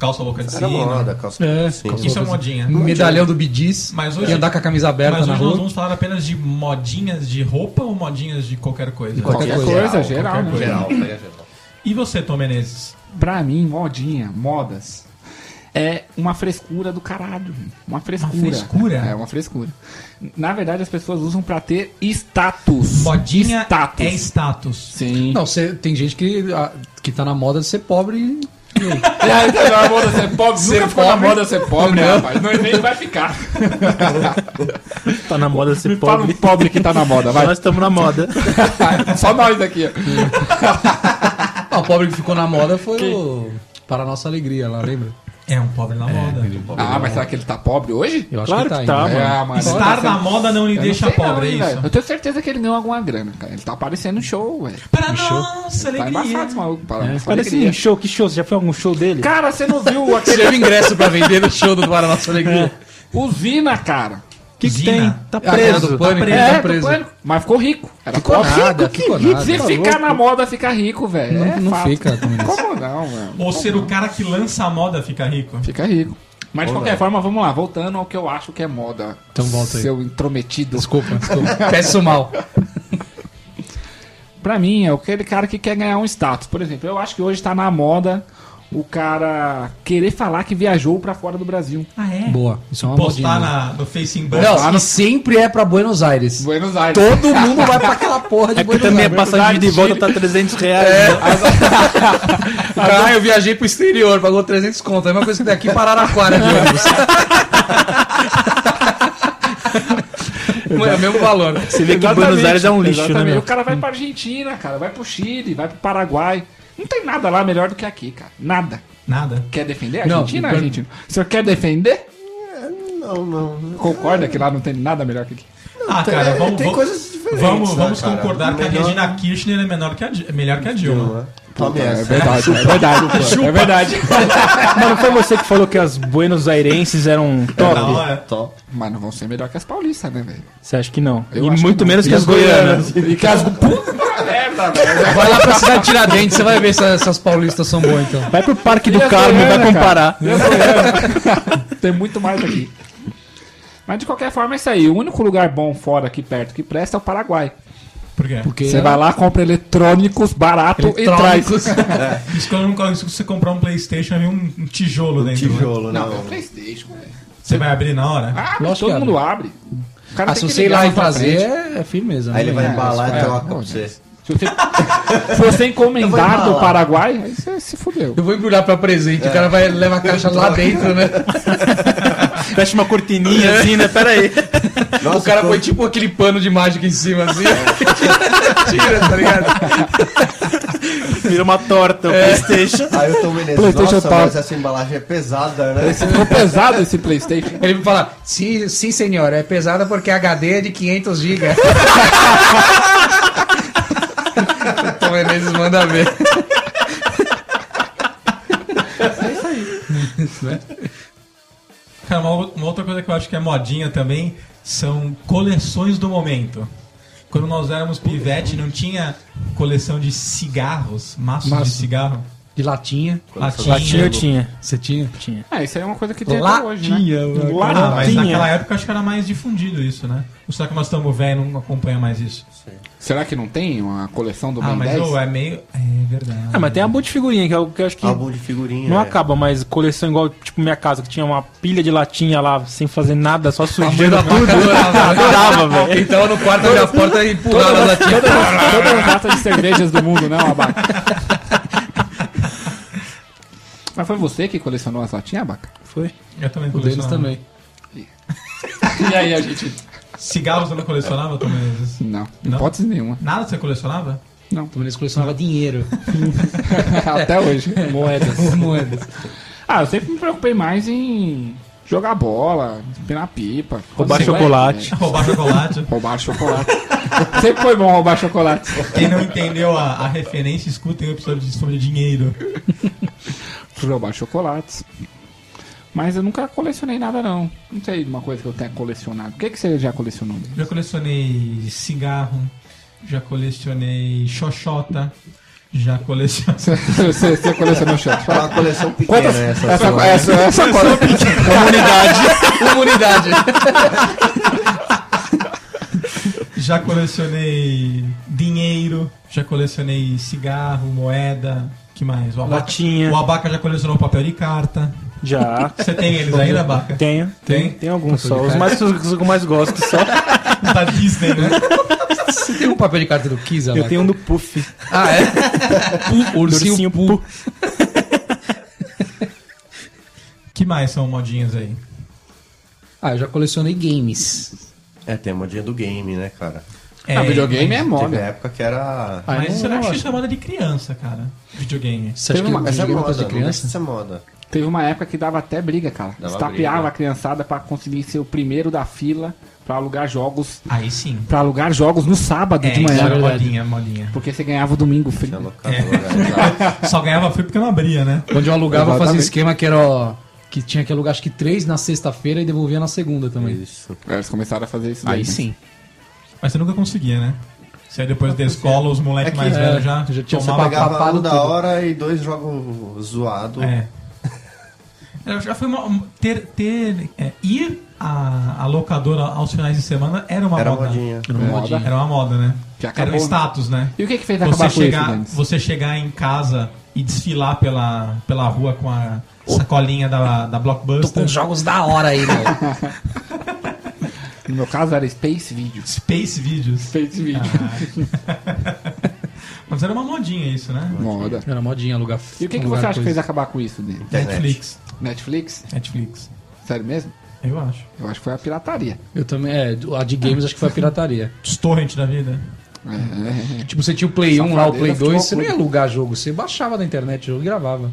calça boca de
Era
sino.
moda, calça
É,
sim.
calça-
Isso é modinha.
Medalhão do Bidis.
Mas hoje-
E andar com a camisa aberta
Mas
na
hoje
rua.
nós vamos falar apenas de modinhas de roupa ou modinhas de qualquer coisa?
Qualquer
coisa.
coisa, geral,
Qualquer
né?
coisa.
Geral, pega geral.
E você, Tom Menezes?
Pra mim, modinha, modas, é uma frescura do caralho. Uma frescura.
frescura?
É, uma frescura. Na verdade, as pessoas usam pra ter status.
Modinha
status.
é status.
Sim.
Não, cê- tem gente que, a- que tá na moda de ser pobre e
E aí, tá na moda ser pobre.
Ser
Nunca ficou na
pobre?
moda ser pobre,
Não.
rapaz. Não, nem vai ficar.
Tá na moda
Me
ser
fala um
pobre.
pobre que tá na moda, vai.
Nós estamos na moda.
Só nós aqui, ó.
Ah, o pobre que ficou na moda foi o. Para a nossa alegria lá, lembra?
É um pobre na moda.
Ah, mas será que ele tá pobre hoje?
Eu acho
Claro
que tá
que
ainda.
tá, mano.
Ah, mano. ele
Estar
tá
na moda não lhe
Eu não
deixa
sei não,
pobre,
hein,
é
velho.
isso?
Eu tenho certeza que ele ganhou alguma grana, cara. Ele tá aparecendo em show, velho.
Para nossa
Tá
alegria.
embaçado esse maluco. Para
É,
nossa
Parece
alegria.
um show, que show? Você já foi a algum show dele?
Cara, você não viu aquele
Teve ingresso pra vender no show do Para a Nossa Alegria.
usina, cara?
O que, que tem?
Zina.
Tá
A cara
preso.
do pânico,
preso.
ele
É,
tá
do
preso.
Pânico. Mas ficou rico. Era
Ficou
pobre.
nada, ficou nada. Tá
Se ficar na moda, fica rico, velho.
Não-
É
não
fato.
fica, Tom Menezes.
Como não, mano?
Ou ser o cara que lança a moda fica rico?
Fica rico. Mas de qualquer forma, vamos lá. Voltando ao que eu acho que é moda.
Então volta aí.
Seu intrometido.
Desculpa, desculpa. Peço mal.
pra mim, é aquele cara que quer ganhar um status. Por exemplo, eu acho que hoje tá na moda o cara querer falar que viajou pra fora do Brasil.
Ah, é?
Boa. Isso é uma modinha.
Postar na, no Face em banco.
Não, e sempre é pra Buenos Aires.
Buenos Aires.
Todo mundo vai pra aquela porra de
É porque
Buenos
também a
Aires.
passagem de volta tá 300 reais. né?
Ah, eu viajei pro exterior, pagou 300 conto. É a mesma coisa que daqui para Araraquara de ônibus. é o mesmo valor.
Você vê que Buenos Aires é um lixo, né,
Exatamente.
meu?
O cara vai pra Argentina, cara, vai pro Chile, vai pro Paraguai. Não tem nada lá melhor do que aqui, cara. Nada.
Nada.
Quer defender a
Não,
Argentina?
per-
Argentina. O senhor quer defender? É, Não, não. Concorda que lá não tem nada melhor que aqui?
Ah, cara, vamos,
tem
vamos-
coisas diferentes,
vamos,
né,
vamos
cara?
concordar que a
Melhor-
Regina Kirchner é menor que a, Di- é melhor que a Dilma.
Tome
É
essa.
Ah,
verdade, é verdade. É verdade.
Mas não foi você que falou que as buenos airenses eram
Da
top?
hora.
Top.
Mas não vão ser melhor que as paulistas, né, velho?
Você acha que não?
Eu
e
acho
muito
que não.
menos que
E
as goianas.
E que as...
Vai lá pra cidade de Tiradentes, você vai ver se essas paulistas são boas, então.
Vai pro Parque do
E as
Carmo, vai
goianas,
comparar.
Tem muito mais aqui. Mas de qualquer forma é isso aí. O único lugar bom fora aqui perto que presta é o Paraguai.
Por quê?
Porque
é?
Você vai lá, compra eletrônicos barato e traz.
Eletrônicos.
Isso quando não- se você comprar um Playstation, vai vir um, um tijolo dentro. né?
Tijolo, né?
Não, é o Playstation, velho.
Você vai abrir na hora?
Ah,
Lógico
todo
que
mundo abre. O cara
Ah,
tem
se
que
você ir
ligar
lá e
pra
fazer,
frente.
é, é firmeza.
Aí ele vai
É,
embalar
é,
e troca
bom,
com você.
Se você se você encomendar do
embalar.
Paraguai, aí você se fudeu.
Eu vou embrulhar pra presente, o cara vai levar a caixa lá dentro, né?
Fecha uma cortininha assim, né? Pera aí.
Nossa,
O cara
ficou-
põe tipo aquele pano de mágica em cima, assim. Tira, tá ligado?
Vira uma torta o Playstation.
Aí eu tô Menezes,
PlayStation
nossa,
Top.
mas essa embalagem é pesada, né?
Ficou pesado esse Playstation.
Ele fala, sim, sim, senhor, é pesada porque a HD é de 500 GB. o Tom Menezes manda ver.
Cara, uma, ou- uma outra coisa que eu acho que é modinha também são coleções do momento. Quando nós éramos pivete, não tinha coleção de cigarros, maços de
Maço.
cigarro?
De latinha.
Latinha.
Latinha eu tinha.
Você tinha?
Tinha.
Ah, isso aí é uma coisa que tem até hoje, né?
Ah, mas
Latinha.
naquela época eu acho que era mais difundido isso, né? Ou será que nós estamos velhos e não acompanha mais isso?
Será que não tem uma coleção do
ah,
Ben
mas
10?
ô, é meio. É verdade.
Ah, mas tem a boa de figurinha, que é algo que eu acho que
Álbum de figurinha.
não
é.
acaba, mas coleção igual, tipo, minha casa, que tinha uma pilha de latinha lá, sem fazer nada,
Ah,
só sujeira. Adorava, velho.
né? Então no quarto abre a porta e empurrava a
Todas,
latinha.
todas as- todas as latas de cervejas do mundo, né, Abaca? Mas foi você que colecionou as latinhas, Abaca?
Foi.
Eu também
O deles
colecionava.
também.
E aí a gente...
Cigarros eu não colecionava, Tom Menezes?
Não,
Não?
hipótese nenhuma.
Nada você colecionava?
Também eles colecionavam dinheiro.
até hoje.
Moedas. Moedas.
Ah, eu sempre me preocupei mais em jogar bola, empinar pipa.
Roubar
Quando você
chocolate.
Roubar chocolate.
vai, Roubar chocolate. sempre foi bom roubar chocolate.
Quem não entendeu a, a referência, escutem o episódio de- sobre dinheiro.
roubar chocolates. Mas eu nunca colecionei nada, não. Não sei de uma coisa que eu tenha colecionado. O que, que você já colecionou? Daniel?
Já colecionei cigarro, já colecionei xoxota, já colecionei.
Você, você- você colecionou
É
chocolate?
uma coleção pequena
Quantas?
essa.
Essa, essa,
sua, né?
essa, coleção.
Comunidade.
Já colecionei dinheiro, já colecionei cigarro, moeda, que mais? O abaca,
Latinha.
O abaca já colecionou papel de carta.
Já.
Você tem eles ainda, abaca?
Tenho.
Tem?
Tem alguns só. Os mais os que eu mais gosto só.
Da Disney, né?
Você tem um papel de carta do Kiza lá?
né?
Eu tenho um do Puff.
Ah, é? Pu, ursinho,
Ursinho
Pu.
Puff.
Que mais são modinhas aí?
Ah, eu já colecionei games.
É, tem a modinha do game, né, cara?
É,
Ah, videogame é
Teve
moda.
época que era.
Ah,
Mas
eu
será
não
que
acho.
isso é moda de criança, cara? Videogame.
Você acha
Teve
que
uma-
Essa é
videogame é
moda,
coisa
não
de
deixa
criança?
de ser moda.
Teve uma época que dava até briga, cara.
Dava
Estapeava
briga.
a criançada pra conseguir ser o primeiro da fila pra alugar jogos.
Aí sim.
Pra alugar jogos no sábado
É,
de
isso
manhã.
era
verdade.
modinha, modinha.
Porque você ganhava o domingo free.
É.
Tinha locadora.
Só ganhava free porque não abria, né?
Onde eu alugava, eu fazia
Exatamente.
esquema que era, ó, que tinha que alugar acho que três na sexta-feira e devolvia na segunda também.
Isso.
Eles começaram a fazer isso daí.
Aí
né?
sim.
Mas você nunca conseguia, né? Você aí depois da escola, os moleques
É que,
mais
é,
velhos já,
já tinha
tomavam.
separado.
Pegava
Papado
um da
tudo.
hora e dois jogos zoados.
É. Era- Já foi uma. um- Ter, ter, é, ir à, à locadora aos finais de semana era uma
Era
moda.
modinha. É.
Era uma moda. Era uma moda, né?
Já
Era um
acabou.
status, né?
E o que que fez acabar
Você
com isso, né?
chegar,
Denis?
você chegar em casa e desfilar pela, pela rua com a sacolinha da, da
Tô com
Blockbuster.
jogos da hora aí, meu.
No meu caso era Space Video. Ah,
Space Videos.
Space Video.
Mas era uma modinha isso, né?
Moda.
Era modinha lugar.
E o que, que
lugar
você acha que fez
coisa.
acabar com isso, Denis?
Netflix.
Netflix?
Netflix.
Sério mesmo?
Eu acho.
Eu acho que foi a pirataria.
Eu também, é, a
Ah.
de games acho que foi a pirataria.
Os torrent da vida.
É.
Tipo, você tinha o Play 1 lá, o Play
Safadeira, futebol
2, você não ia
clube.
alugar jogo, você baixava da internet o jogo e gravava. Não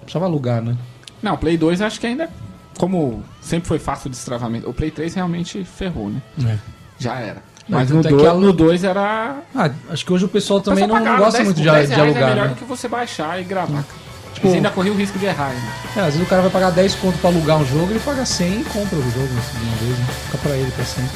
precisava alugar, né?
Não, o Play 2 eu acho que ainda. Como sempre foi fácil o destravamento. O Play 3 realmente ferrou, né?
É.
Já era.
Não,
Mas
tanto
no
é que a-
2 no dois era.
Ah, acho que hoje o pessoal também
Só
não, não
pagava
gosta
10
muito de,
por 10
de
reais É
alugar,
melhor do
né?
que você baixar e gravar.
Tipo-
Você ainda corria o risco de errar. Né?
É, às vezes o cara vai pagar 10 conto pra alugar um jogo, ele paga 100 e compra o jogo de uma vez, né? Fica pra ele pra sempre.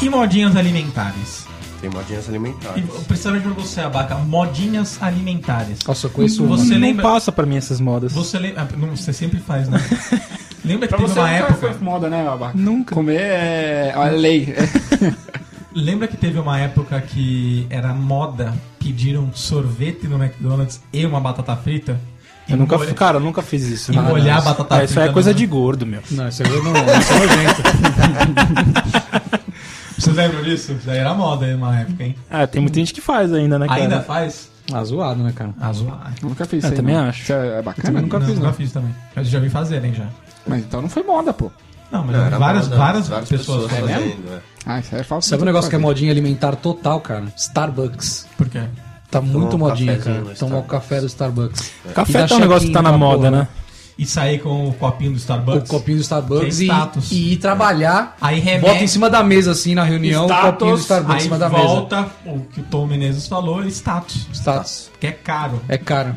E modinhas alimentares.
Tem modinhas
E
alimentares.
principalmente pra você, Abaca, modinhas alimentares.
Nossa, eu conheço uma.
Você
não
lembra-
passa pra mim essas modas.
Você lembra. ah, não, Você sempre faz, né? lembra que
Pra
teve
você
uma
nunca
época.
foi moda, né, Babaca?
Nunca.
Comer é. Olha, lei.
Lembra que teve uma época que era moda pedir um sorvete no McDonald's e uma batata frita? E
Eu nunca,
molha-
cara, eu nunca fiz isso.
E
mano.
molhar a batata
Ah, isso aí é
frita né?
coisa
no-
de gordo, meu.
Não, isso aí eu não, isso é nojento.
Vocês lembram disso? Já era moda em uma época, hein?
Ah, tem muita gente que faz ainda, né, cara?
Ainda faz?
Ah, zoado, né, cara?
Ah, zoar.
nunca fiz isso.
Eu
aí,
também
não.
acho.
Isso é bacana.
Nunca fiz, nunca fiz também. Mas já vi fazer, hein, já.
Mas então não foi moda, pô.
Não, mas várias,
moda,
várias, pessoas, fazem.
fazendo. é.
Ah, isso é falso.
Sabe um negócio que é modinha alimentar total, cara? Starbucks.
Por quê?
Tá muito
um
modinha,
cafezinho
cara.
no
Tomar o
Starbucks.
café do Starbucks. E
Café
dar
tá um negócio que tá
check-in pra
na moda,
porra.
né?
E sair com o copinho do
O
Starbucks?
um copinho do Starbucks
Que
e,
status.
e ir trabalhar.
Aí remete-
Bota em cima da mesa, assim, na reunião, o
Status,
copinho do Starbucks em
Aí
cima da mesa.
volta o que o Tom Menezes falou, status.
Status.
Que é caro.
É caro.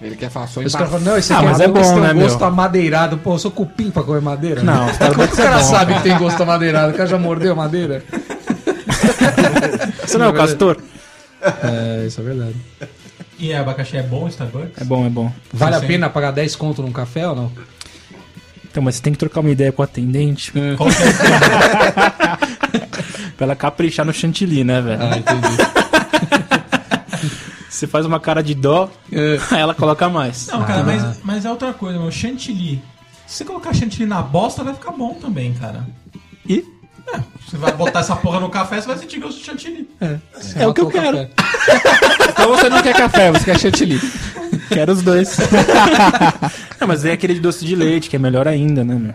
Ele quer falar só em
Aí Os caras falam,
bacana.
não, esse
Ah,
aqui
mas é
bom,
bom,
tem
né,
um gosto
meu?
amadeirado. Pô, eu sou cupim pra comer madeira?
Não, é
Como que o cara
bom,
sabe que tem gosto amadeirado? O cara já mordeu a madeira?
Você não é o castor?
É, isso é verdade.
E é, abacaxi é bom o Starbucks?
É bom, é bom.
Vale a
Sim.
pena pagar 10 conto num café ou não?
Então, mas você tem que trocar uma ideia com o atendente
Qual que é?
pra ela caprichar no chantilly, né, velho?
Ah, entendi.
Você faz uma cara de dó, aí ela coloca mais.
Não,
Ah.
cara, mas, mas é outra coisa, meu. Chantilly. Se você colocar chantilly na bosta, vai ficar bom também, cara. É,
E
Você vai botar essa porra no café, você vai sentir gosto de chantilly.
é o que eu
Matou
quero.
café.
Então você não quer café, você quer chantilly. Tá.
Quero os dois. não, mas é aquele de doce de leite, que é melhor ainda, né, meu?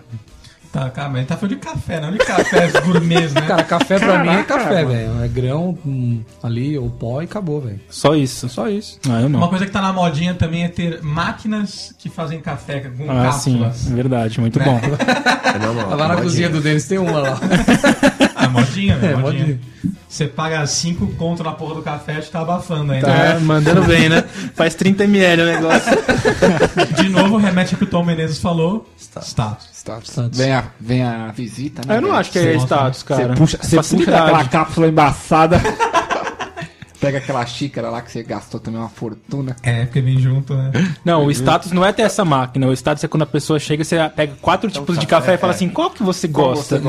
Tá, cara, mas ele tá falando de café, não de cafés gourmets, né?
Cara, café pra mim é café, velho. É grão hum, ali, ou pó e acabou, velho.
Só isso. Só isso. Ah, eu não.
Uma coisa que tá na modinha também é ter máquinas que fazem café com
Ah, sim,
cápsulas.
verdade, muito bom.
É normal.
Tá lá na
modinha.
cozinha do Denis, tem uma lá.
Ah, modinha, velho.
É,
modinha.
modinha.
Você paga 5 conto na porra do café, tu tá abafando ainda.
Tá mandando bem, né? Faz 30 ml o negócio.
De novo, remete ao que o Tom Menezes falou. Status.
Status.
Status.
Vem a, vem a visita, né?
Eu não acho que é
Você gosta,
status,
Você
cara.
puxa, você puxa
Facilidade.
daquela cápsula embaçada. Pega aquela xícara lá que você gastou também uma fortuna.
É, porque vem junto, né?
Não, o status não é ter essa máquina. O status é quando a pessoa chega, você pega quatro tipos de café e fala assim: qual que você gosta?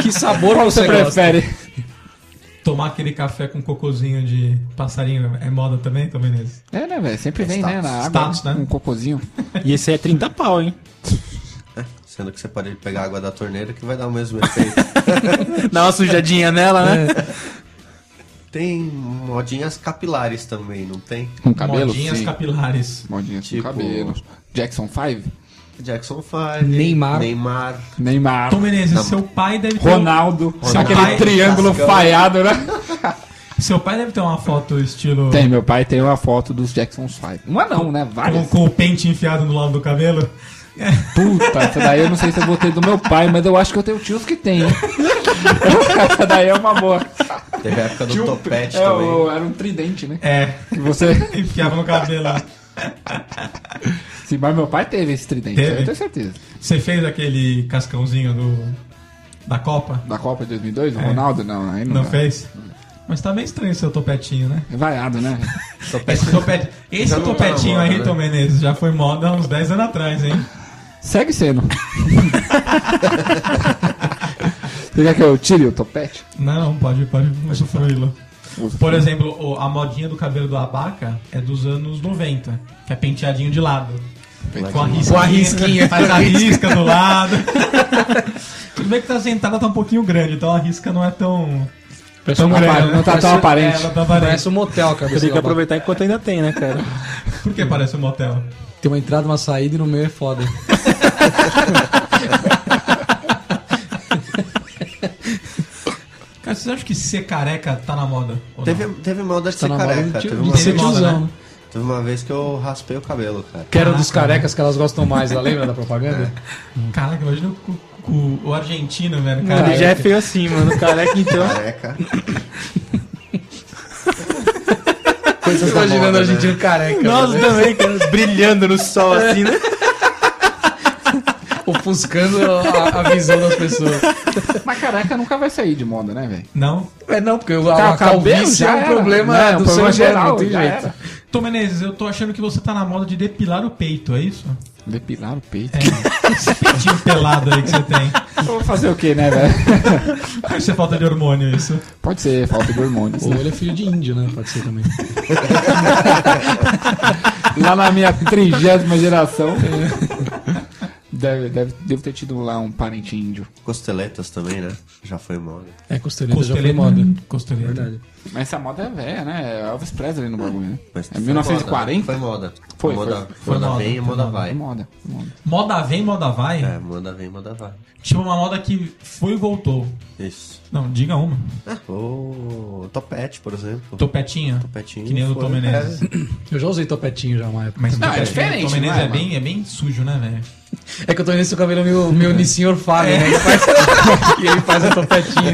Que sabor você, gosta?
Tomar aquele café com cocôzinho de passarinho é moda também, Tom Menezes?
É, né, velho? Sempre vem, né? Na água,
Status, né?
um cocôzinho.
E esse aí é 30 pau, hein?
Sendo que você pode pegar água da torneira que vai dar o mesmo efeito.
Dá uma sujadinha nela, né?
tem modinhas capilares também, não tem?
Com cabelo?
Modinhas
Sim.
capilares.
Modinhas
Tipo-
com cabelo. Jackson 5?
Jackson 5,
Neymar.
Neymar.
Neymar.
Tom Menezes,
Não.
seu pai deve ter. um-
Ronaldo.
Ronaldo.
Aquele
Pai,
triângulo
Cascão.
falhado, né?
Seu pai deve ter uma foto estilo.
Tem, meu pai tem uma foto dos Jackson 5. Uma não, né?
Com,
Várias.
com o pente enfiado no lado do cabelo.
Puta, essa daí eu não sei se eu vou ter do meu pai, mas eu acho que eu tenho tios que tem. hein? essa daí é uma boa.
Teve a época do
Tio-
topete
é,
também.
o- era um tridente, né?
É,
Que você.
enfiava no cabelo.
Sim, mas meu pai teve esse tridente,
Teve.
eu tenho certeza.
Você fez aquele cascãozinho do, da Copa?
Da Copa de 2002, o Ronaldo? Não, aí não.
Não
dá.
fez? Mas tá bem estranho seu topetinho, né?
É vaiado, né?
Esse, topete, esse
Já não tá na
topetinho
moda,
aí,
né?
Tom Menezes, já foi moda há uns 10 anos atrás, hein?
Segue sendo. você quer que eu tire o topete?
Não, pode, pode usufruí-lo.
Usufruí.
Por exemplo, o- a modinha do cabelo do Abaca é dos anos 90, que é penteadinho de lado. Com a risquinha. Faz a risca do lado. Tudo bem que tá sentada, tá um pouquinho grande, então a risca não é tão...
Tão apare- não tá tão
É,
aparente.
ela tá aparente.
Parece um motel, a cabeça
É, Tem que
da barba.
aproveitar enquanto ainda tem, né, cara?
Por que parece um motel?
Tem uma entrada, uma saída e no meio é foda.
Cara, vocês acham que ser careca tá na moda? ou
Teve,
não?
teve moda de
Tá
ser
na moda
careca.
de,
Teve
um
tio-
uma,
de ser
vez,
moda,
tiozão,
né?
né?
teve uma vez que eu raspei o cabelo, cara.
Que era dos carecas que elas gostam mais, lá lembra da propaganda?
Caraca, imagina o, cu- cu- o argentino, velho. Cara,
Ele já é feio assim, mano. Careca, então.
Careca.
Coisas
imaginando
imaginando
a
a
gente
gente
né?
careca. né?
Nós também, cara. Brilhando no sol assim, né?
Ofuscando a, a visão das pessoas.
Mas careca nunca vai sair de moda, né, velho?
Não?
É não, porque o,
Tá,
a,
o cabelo
calvície é
já
um
era.
problema
Não, é um
do
problema
ser humano,
geral,
não tem
já
jeito.
era.
Tom Menezes, eu tô achando que você tá na moda de depilar o peito, é isso?
Depilar o peito.
É. Esse peitinho pelado aí que você
É.
tem.
Eu vou fazer o quê, né, velho?
Isso é falta de hormônio, isso.
Pode ser falta de hormônios.
Ou
né?
ele é filho de índio, né? Pode ser também.
Lá na minha trigésima geração. Deve, deve, devo ter tido lá um parente índio.
Costeletas também, né? Já foi moda.
É, costeleta já foi
Costeleta.
moda.
Costeleta.
Verdade.
Mas essa moda é velha, né? É Elvis Presley no bagulho, né?
Mas
É
foi
1940?
Moda, né?
Foi,
Foi moda.
foi.
Foi,
Foi
moda,
moda,
vem e
foi
moda
né?
moda.
É
vai.
moda, moda.
Moda vem, moda vai.
É, moda vem, moda vai.
Tipo uma moda que foi e voltou.
Isso.
Não, diga uma.
Ah. O topete, por exemplo.
Topetinha.
Topetinho
Que nem o do
foi- um
Tom Menezes.
Eu já usei topetinho já uma época.
Mas o
É. Não, é
topetinho do
diferente,
Tom Menezes
não é,
é, bem, é bem sujo, né, velho?
É que eu tô nesse cabelo meu, meu Nissin orfado, né? Ele faz, e ele faz a topetinha.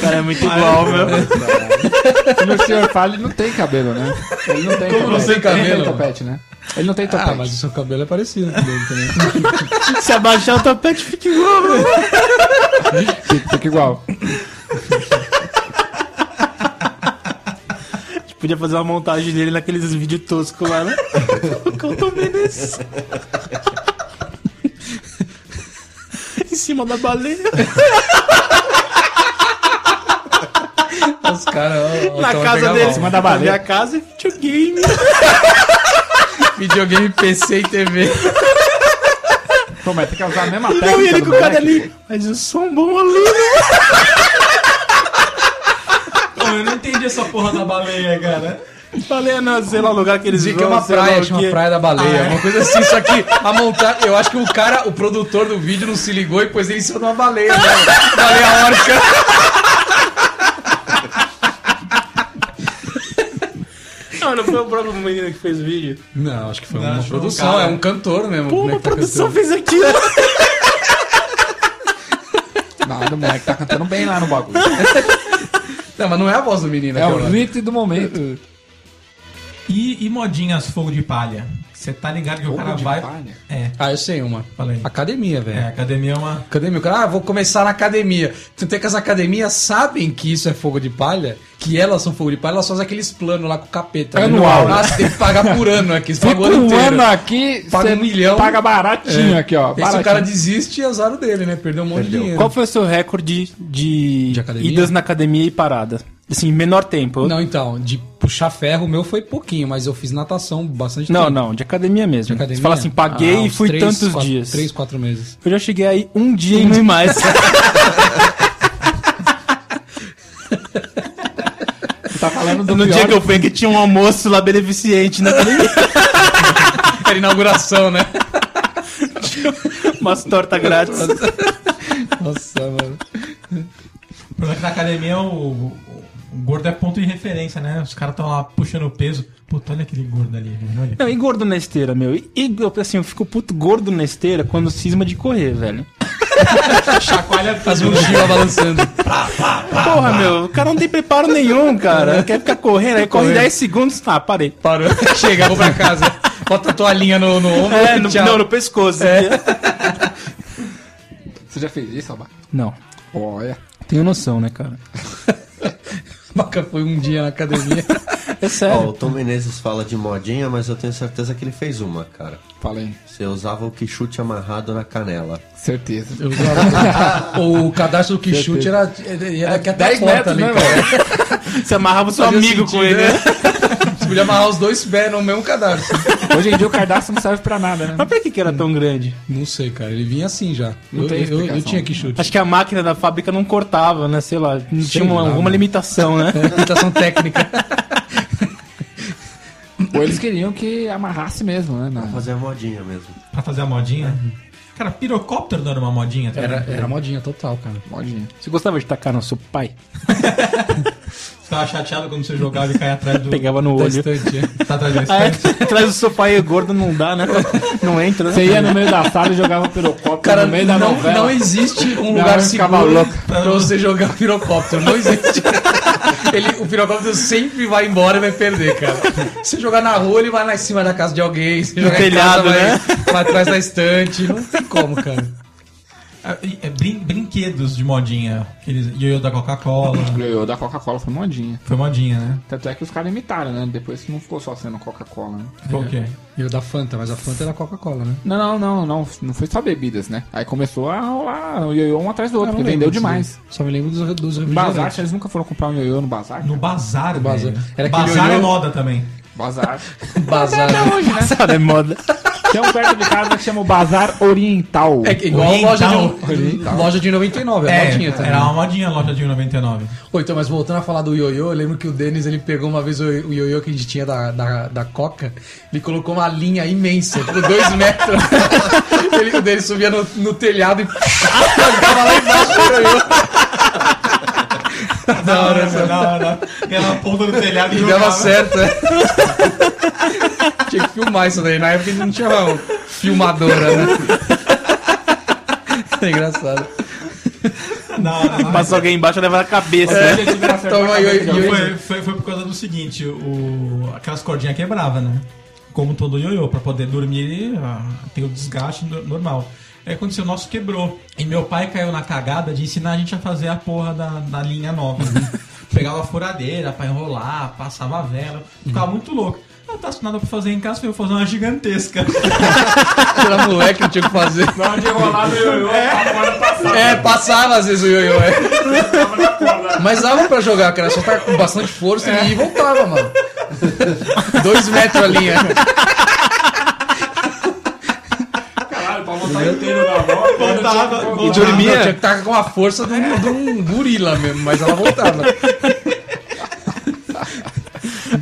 Cara, é muito igual, meu.
E o senhor fala, ele não tem cabelo, né? Ele não tem cabelo.
não tem cabelo?
Ele não tem topete, né? Ele não tem topete.
Ah, mas o seu cabelo é parecido com o dele também.
Se abaixar o tapete, fica igual, meu.
Fica, fica igual.
Podia fazer uma montagem dele naqueles vídeos toscos lá, né? Colocar o Tom Menezes. em cima da baleia.
Os caras, ó, ó,
na
tão
casa
pegando
dele.
mal.
cima da baleia.
Na minha casa é videogame.
Videogame, PC e TV.
Pô, mas tem que usar a mesma técnica.
Não, e ele
do
com o cara
moleque.
ali. Mas o som bom ali, né?
Pô, eu não entendi essa porra da baleia, cara.
Baleia "Ah, não, sei lá, o lugar que eles
Diz que é
vão,
uma
sei lá
praia,
o
chama
quê.
Praia da Baleia, uma coisa assim, só que a montar, eu acho que o cara, o produtor do vídeo não se ligou e pôs ele em cima de uma baleia, né? Baleia orca.
Não, não foi o próprio menino que fez o vídeo.
Não, acho que foi
Não,
uma
acho que foi um
produção.
Não, é um cantor mesmo.
Pô,
como é
uma
que tá
produção fez aquilo.
Nada, o moleque tá cantando bem lá no bagulho.
cantando. Não, mas não é a voz do menino.
É
aquela
o
lá.
hit do momento.
E, e modinhas fogo de palha? Você tá ligado que o cara
de
vai.
palha?
É,
Ah, eu sei uma.
fala aí.
Academia, velho.
É, a academia é uma.
Academia, o cara, ah, vou começar na academia. Tanto é que as academias sabem que isso é fogo de palha, que elas são fogo de palha, elas fazem aqueles planos lá com o capeta. né?
Anual.
Ah, você tem que pagar por ano aqui, você
Fica
paga o ano
um
inteiro.
ano aqui,
Paga
cê
um milhão.
Paga baratinho aqui, ó.
Aí se o cara
baratinho.
desiste, é azar o dele, né? Perdeu um monte de dinheiro.
Qual foi o seu recorde de,
De academia?
idas na academia e parada? Assim, menor tempo.
Não, então, de puxar ferro, o meu foi pouquinho, mas eu fiz natação bastante
Não,
tempo.
não, de academia mesmo.
Academia?
Você fala assim, paguei
Ah,
e
uns
fui
três,
tantos
quatro-
dias.
Três, quatro meses.
Eu já cheguei aí um dia e não mais.
tá falando do
No
pior
dia que eu fui que tinha um almoço lá beneficente, né?
Era inauguração, né?
Umas tortas grátis.
Nossa, mano.
O problema é que na academia o, o- o gordo é ponto de referência, né? Os caras estão lá puxando o peso. Puta, olha aquele gordo ali, velho. Olha.
Não, e gordo na esteira, meu. E, e, eu, assim, eu fico puto gordo na esteira quando cisma de correr, velho.
Chacoalha
As mochilas balançando.
Porra, meu, o cara não tem preparo nenhum, cara. Quer ficar correndo, aí corre 10 segundos. Ah, parei.
Parou. Chega, vou pra casa. Bota a toalhinha no, no ombro.
É,
e
no,
tchau.
não, no pescoço.
Você já fez isso, Abaca?
Não,
Olha.
tenho noção, né, cara?
Baca foi um dia na academia.
É
Ó,
sério.
o Tom Menezes fala de modinha, mas eu tenho certeza que ele fez uma, cara.
Falei.
Você usava o que chute amarrado na canela.
Certeza.
Eu usava- É o cadastro do Quixote era, era aqui até a
10
porta
metros,
ali,
né,
cara.
velho?
Você amarrava o seu
Fazia
amigo
sentido,
com ele, né?
Você podia amarrar os dois pés no mesmo cadastro.
Hoje em dia o cardápio não serve pra nada, né?
Mas pra que que era tão grande?
Não sei, cara. Ele vinha assim já.
Não
eu,
tem
eu, eu
explicação.
tinha Quixote.
Acho que a máquina da fábrica não cortava, né? Sei lá, não tinha uma-
lá,
alguma
mano.
limitação, né?
É, Limitação técnica.
Ou eles queriam que amarrasse mesmo, né? na-
Fazer a modinha mesmo.
Pra fazer a modinha. Cara, pirocóptero não era uma modinha tá também.
Era, era modinha total, cara.
modinha.
Você gostava de tacar no seu pai?
Você tava chateado quando você jogava e caia atrás do.
Pegava no
Da
olho.
estante, é.
Tá atrás do
Ah, é?
estante.
Atrás do seu pai gordo não dá, né? Não entra, né?
Você ia no meio da sala e jogava pirocóptero
Cara,
no meio da
não,
novela.
não existe um
Minha
lugar
mãe
seguro
ficava louca.
pra você jogar o pirocóptero. Não existe. Ele, o pirocóptero sempre vai embora e vai perder, cara. Se jogar na rua, ele vai lá em cima da casa de alguém. Se jogar em casa,
telhado,
vai,
né?
vai atrás da estante. Não tem como, cara.
Ah, e- é brin- brinquedos de modinha. Aqueles ioiô da Coca-Cola.
Eu da Coca-Cola foi modinha.
Foi modinha, né?
Tanto é que os caras imitaram, né? Depois que não ficou só sendo Coca-Cola, né?
Ficou o quê?
E o da Fanta, mas a Fanta era Coca-Cola, né?
Não, não, não, não. Não foi só bebidas, né? Aí começou a rolar o ioiô um atrás do outro,
Eu não
porque
lembro
vendeu
disso.
demais.
Só me lembro dos, dos
Bazar,
refrigerantes.
eles nunca foram comprar um ioiô no bazar?
No
cara?
bazar,
No bazar.
velho.
Era aquele
bazar é
ioiô-
moda também.
Bazar.
Bazar.
Até hoje, né?
Cara, é moda.
Tem um perto de casa que chama o Bazar Oriental.
É que igual
Oriental.
loja de, no- loja de 99, é, modinha também.
era uma modinha a loja de um 99.
Ô, então, mas voltando a falar do ioiô, eu lembro que o Denis ele pegou uma vez o o ioiô que a gente tinha da, da, da Coca, ele colocou uma linha imensa, tipo, dois metros. ele, o Denis subia no, no telhado e ficava lá embaixo do ioiô.
Da hora, da hora. Era a ponta do telhado
E dava certo, né? Tinha que filmar isso daí. Na época a gente não tinha uma filmadora, né? É engraçado.
Da hora, da hora.
Passa alguém embaixo e leva na cabeça. né?
Toma ioiô.
É. Foi, foi, foi por causa do seguinte, o, aquelas cordinhas quebravam, né? Como todo ioiô, pra poder dormir ah, tem o desgaste no- normal. Aí aconteceu, o nosso quebrou. E meu pai caiu na cagada de ensinar a gente a fazer a porra da, da linha nova. Pegava a furadeira pra enrolar, passava a vela, ficava muito louco. Eu não tá nada pra fazer em casa, eu vou fazer uma gigantesca.
Era moleque, não tinha o que fazer.
Na hora de rolar no ioiô, a bola passava.
É, passava às vezes o ioiô, é. Mas dava pra jogar, cara. Só tava com bastante força e voltava, mano. Dois metros a linha.
Caralho, pra montar inteiro na bola.
Botava,
E
botava-
dormia? tinha que estar com a força de um, de um gorila mesmo, mas ela voltava.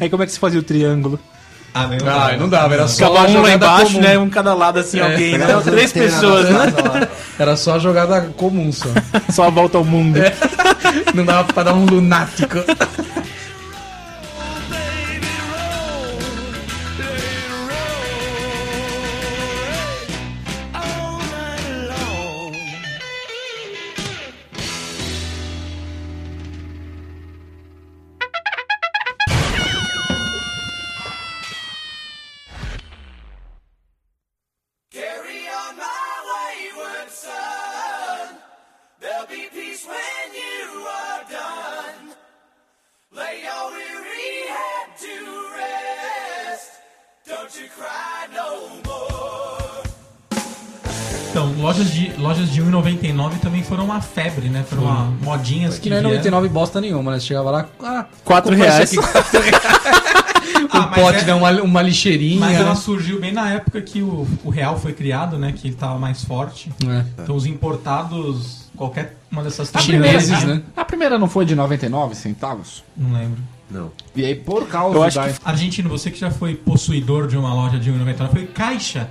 Aí como é que se fazia o triângulo?
Ah, meu
Ah, não dava, era só
Ficava
a
um lá
jogada
embaixo,
comum.
né? Um cada lado, assim,
É,
alguém, né?
pegava as
Três
antenas
pessoas,
na
né?
Era só a jogada comum, só.
Só a volta ao mundo.
Não dava pra dar um lunático.
Então, lojas de, lojas de 1,99 também foram uma febre, né? Foram uma modinhas
Que não é
vieram.
99 bosta nenhuma, né? Você chegava lá, ah,
Quatro
compra
reais.
isso aqui, quatro reais. O
Ah, mas
pote,
é-
né? Uma, uma lixeirinha.
Mas ela
né?
surgiu bem na época que o, o real foi criado, né? Que ele tava mais forte.
É.
Então os importados Qualquer uma dessas
A
três.
primeira,
Chineses,
é
a-
né?
a primeira não foi de 99 centavos?
Não lembro.
Não.
E aí, por causa
Eu acho
da.
Argentino, você que já foi possuidor de uma loja de 1,99, foi caixa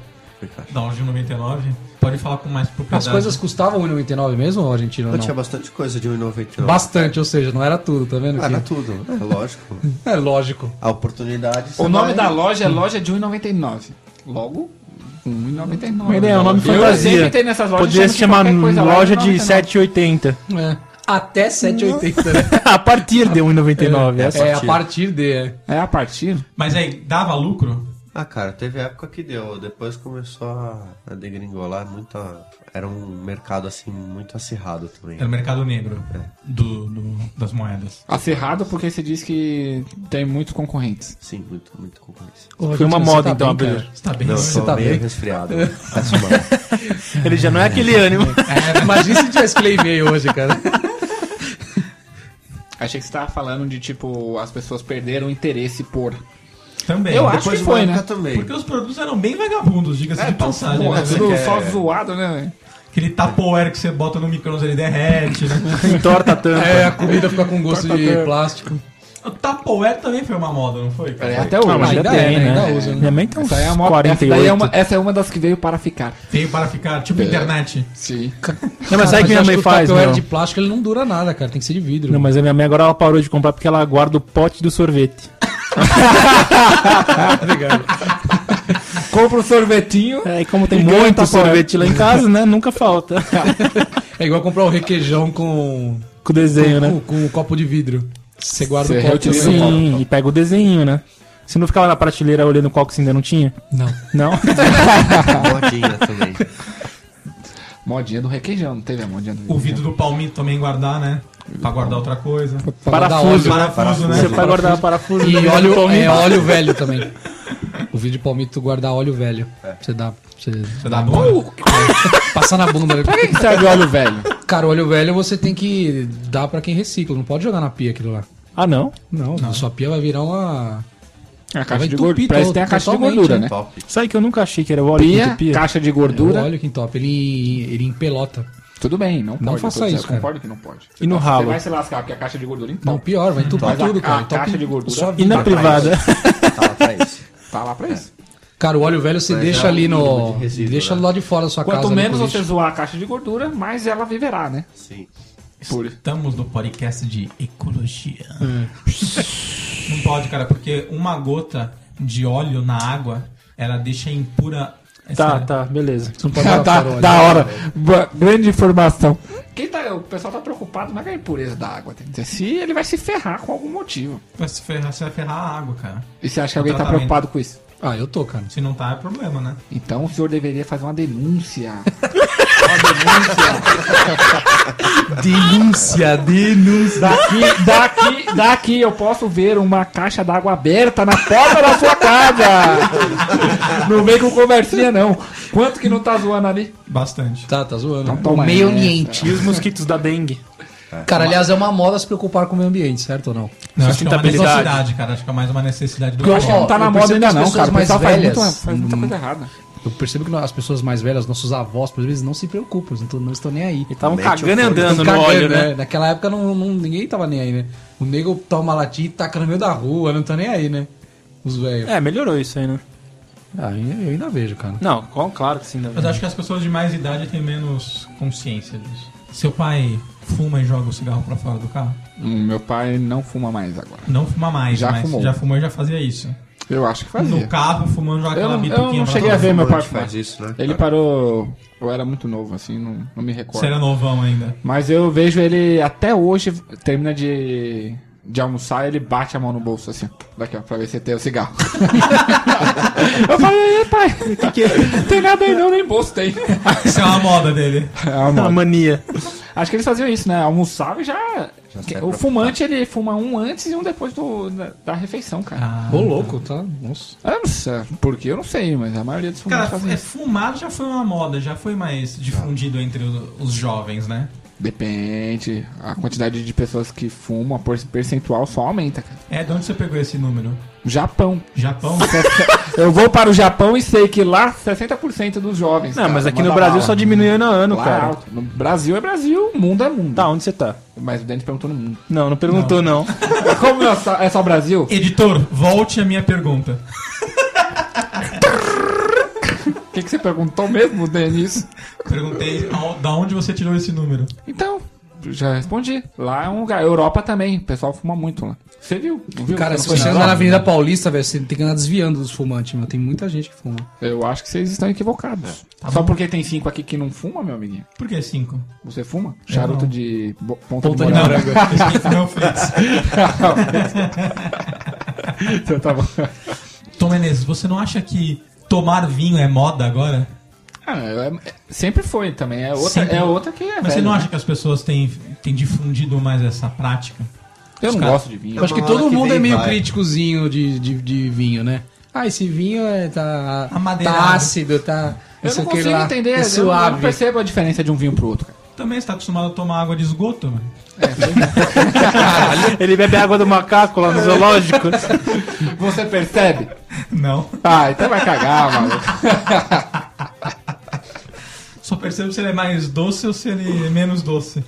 da loja de 1,99. Pode falar com mais propriedade.
As coisas custavam 1,99 mesmo, Argentina?
Eu
Não? né?
tinha bastante coisa de 1,99.
Bastante, ou seja, não era tudo, tá vendo?
Ah, era
que-
tudo, é lógico.
É lógico.
A oportunidade.
O
você
nome
vai-
da loja é loja de 1,99. Logo, 1,99.
Mas, né, é um nome
Eu
fantasia.
sempre entrei nessas lojas
Podia
achando
se
que
chamar
qualquer coisa lá um era
loja de
99.
7,80.
É. Até 7,80. né?
a partir de 1,99. essa.
É, a partir de. é.
É a partir?
Mas aí, dava lucro?
Ah, cara, teve época que deu. Depois começou a, a degringolar muita. Era um mercado assim muito acirrado também.
Era o mercado negro
É.
do, do- das moedas.
Acerrado porque você diz que tem muitos concorrentes.
Sim, muito, muito concorrência.
Foi
Argentina,
uma
você
moda,
tá
então,
bem,
abrir.
cara.
Você tá bem?
Não, eu
Você
sou
tá
meio
bem?
resfriado. Tá Peço mal.
Ele já não é aquele ânimo.
É, imagina se tivesse Play Mail hoje, cara.
Achei que você tava falando de tipo, as pessoas perderam o interesse por.
Também.
Eu acho
Depois
que
de
foi,
uma
né?
época também.
Porque os produtos eram bem vagabundos, diga-se de passagem.
Porra,
Né?
tudo
é-
só zoado, né, velho?
Aquele tapoeira que você bota no micro-ondas ele derrete, né?
Entorta a tampa.
É, a comida fica com gosto de plástico.
O tapoeira também foi uma moda, não foi? cara?
É, até hoje.
Ah, mas
Ainda
ainda
é,
tem,
né?
né?
Ainda usa, né?
Minha mãe tem uns
Essa é, uma, essa,
48.
daí é uma, essa é uma das que veio para ficar.
Veio para ficar, tipo internet.
Sim.
Não, mas
Cara,
sabe o que minha
eu acho
mãe
o
faz,
Tupperware
meu?
de plástico ele não dura nada, cara. Tem que ser de vidro.
Não, mas a minha mãe agora ela parou de comprar porque ela guarda o pote do sorvete.
Compra um sorvetinho.
É, e como tem
E ganha
muito
tapoé.
sorvete lá em casa, né? Nunca falta.
É igual comprar o requeijão com,
Com o desenho, né?
com, com um copo de vidro. Você guarda
Você
o copo né?
reutiliza
também.
Sim, e pega o desenho, né? Você não ficava na prateleira olhando qual que você ainda não tinha?
Não.
Não?
Tá Modinha também.
Modinha do requeijão, não teve a modinha do
O vidro do palmito também guardar, né? Pra guardar outra coisa.
Parafuso.
Parafuso, né?
Você vai guardar parafuso
E
né?
óleo, é óleo velho também. O vídeo de palmito tu guardar óleo velho.
É.
Você dá. Você
Você dá bom?
passa na bunda. né?
Quem serve óleo velho?
Cara, óleo velho você tem que dar pra quem recicla. Não pode jogar na pia aquilo lá.
Ah, não?
Não,
né?
sua pia vai virar uma.
A
Vai
caixa de
entupir
gordura. Parece
to-
que tem a caixa de
totalmente,
gordura,
né?
né?
Top.
Sabe que eu nunca achei que era óleo que
Pia,
entupia?
caixa de
É o
gordura.
óleo que entope. Ele, ele empelota.
Tudo bem, não pode.
Não faça
eu tô dizendo,
isso, cara.
Concordo que não pode.
E no
Você
ralo?
vai se lascar, porque a caixa de gordura então
Não, pior, vai entupir
Mas a-
tudo, cara.
a
Entope
caixa de gordura-
sua
E
vida.
na privada?
Tá lá pra isso.
tá lá pra isso.
Cara, o óleo velho você
Mas
deixa
é um
ali no.
mínimo de resíduo,
deixa
né?
lá de fora da sua
Quanto
casa. no
menos você
lixo.
zoar a caixa de gordura, mais ela viverá, né?
Sim.
Por-
Estamos no podcast de ecologia. Não pode, cara, porque uma gota de óleo na água, ela deixa impura. É
Tá,
sério.
tá, beleza.
Você não pode jogar
Tá,
fora o óleo.
Ah, hora. Boa- grande informação. Quem tá, o pessoal tá preocupado não é com a impureza da água. Tem que dizer, se ele vai se ferrar com algum motivo.
Vai se ferrar, você vai ferrar a água, cara.
E você acha que alguém tá
Tratamento.
preocupado com isso?
Ah, eu tô, cara.
Se não tá, é problema, né?
Então o senhor deveria fazer uma denúncia.
Denúncia, denúncia.
Daqui, daqui, daqui eu posso ver uma caixa d'água aberta na porta da sua casa. Não vem com conversinha, não. Quanto que não tá zoando ali?
Bastante.
Tá, tá zoando.
Então toma né?
o meio
essa.
ambiente.
E os mosquitos da dengue?
Cara, aliás, é uma moda se preocupar com o meio ambiente, certo ou não?
Não,
Né?
acho que é uma
Sustentabilidade.
necessidade, cara. Acho que é mais uma necessidade do
Eu acho que não tá
eu
na moda
percebo que
ainda
as
não,
pessoas
cara. O
mais
pessoal faz,
velhas-
muito, faz muita coisa errada.
Eu percebo que as pessoas mais velhas, nossos avós, por vezes, não se preocupam, não, tão- não estão nem aí.
Estavam
Mete o
cagando e
fone.
andando no
Cagando,
óleo, né?
Naquela época não, não- ninguém tava nem aí, né? O nego toma latinha e taca no meio da rua, não tá nem aí, né? Os velhos.
É, melhorou isso aí, né?
Ah, eu ainda vejo, cara.
Não, com- claro que sim. né?
Mas acho que as pessoas de mais idade têm menos consciência disso. Seu pai fuma e joga o cigarro pra fora do carro?
Meu pai não fuma mais agora.
Não fuma mais,
Já
mas
fumou.
já fumou e já fazia isso.
Eu acho que
No carro, fumando já
Eu
aquela
não,
bituquinha.
eu não
pra
cheguei a
todo
ver meu pai
Fumante
fumar.
faz isso, né?
Ele parou. Eu era muito novo, assim, não, não me recordo.
Você era novão ainda.
Mas eu vejo ele até hoje, termina de, de almoçar, ele bate a mão no bolso, assim, daqui, ó, pra ver se tem o cigarro. eu falei, "Ei, pai, tem nada aí não, nem bolso tem.
Isso é uma moda dele.
É uma
A
moda.
mania.
Acho que eles faziam isso, né? Almoçava e já.
Já sai
o
pra-
fumante, ele fuma um antes e um depois do, da, da refeição, cara.
Ah.
Ô, louco, tá? Nossa.
Eu não sei, porque eu não sei, mas a maioria dos fumantes
Cara,
fazem
é,
isso.
fumar já foi uma moda, já foi mais difundido entre o- os jovens, né?
Depende. A quantidade de pessoas que fumam, a por- percentual só aumenta, cara.
É, de onde você pegou esse número?
Japão.
Japão?
Eu vou para o Japão e sei que lá 60% dos jovens.
Não,
cara,
mas aqui no
manda
Brasil
bala.
só diminui ano a ano,
Lá
cara.
alto. No Brasil é Brasil, mundo é mundo.
Tá, onde você tá?
Mas o Denis perguntou no mundo.
Não, não perguntou não.
Como é só, é só Brasil?
Editor, volte à minha pergunta.
O que, que você perguntou mesmo, Denis?
Perguntei ao- da onde você tirou esse número.
Então, já respondi. Lá é um lugar. Europa também. O pessoal fuma muito lá. Você viu? Não viu?
Cara,
Você
se
não né? foi
você
lá?
andar na Avenida Paulista, velho, você tem que andar desviando dos fumantes, meu. Tem muita gente que fuma.
Eu acho que vocês estão equivocados.
Tá
Só
bom.
porque tem cinco aqui que não fuma, meu amiguinho.
Por que cinco?
Você fuma? Charuto
não.
de bo- ponta,
Ponta
de
de
morango.
Não, não Fritz.
Então tá bom.
Tom Menezes, você não acha que tomar vinho é moda agora?
Ah, é- é- sempre foi também. É outra,
Sempre.
é outra que é
Mas você
velho,
não
né?
acha que as pessoas têm, têm difundido mais essa prática?
Eu não
Cara,
gosto de vinho.
Eu acho que
uma
todo
hora que
mundo
vem
é meio
vai.
críticozinho de, de, de vinho, né? Ah, esse vinho é, tá,
Amadeirado.
tá ácido, tá.
Eu
sei
não
o que
consigo
lá,
entender.
É
eu, não, eu não
suave.
percebo a diferença de um vinho pro outro. Cara.
Também está acostumado a tomar água de esgoto, mano.
Ele bebe água do macaco lá no zoológico.
Você percebe?
Não.
Ah, então vai cagar, mano.
Só percebo se ele é mais doce ou se ele é menos doce.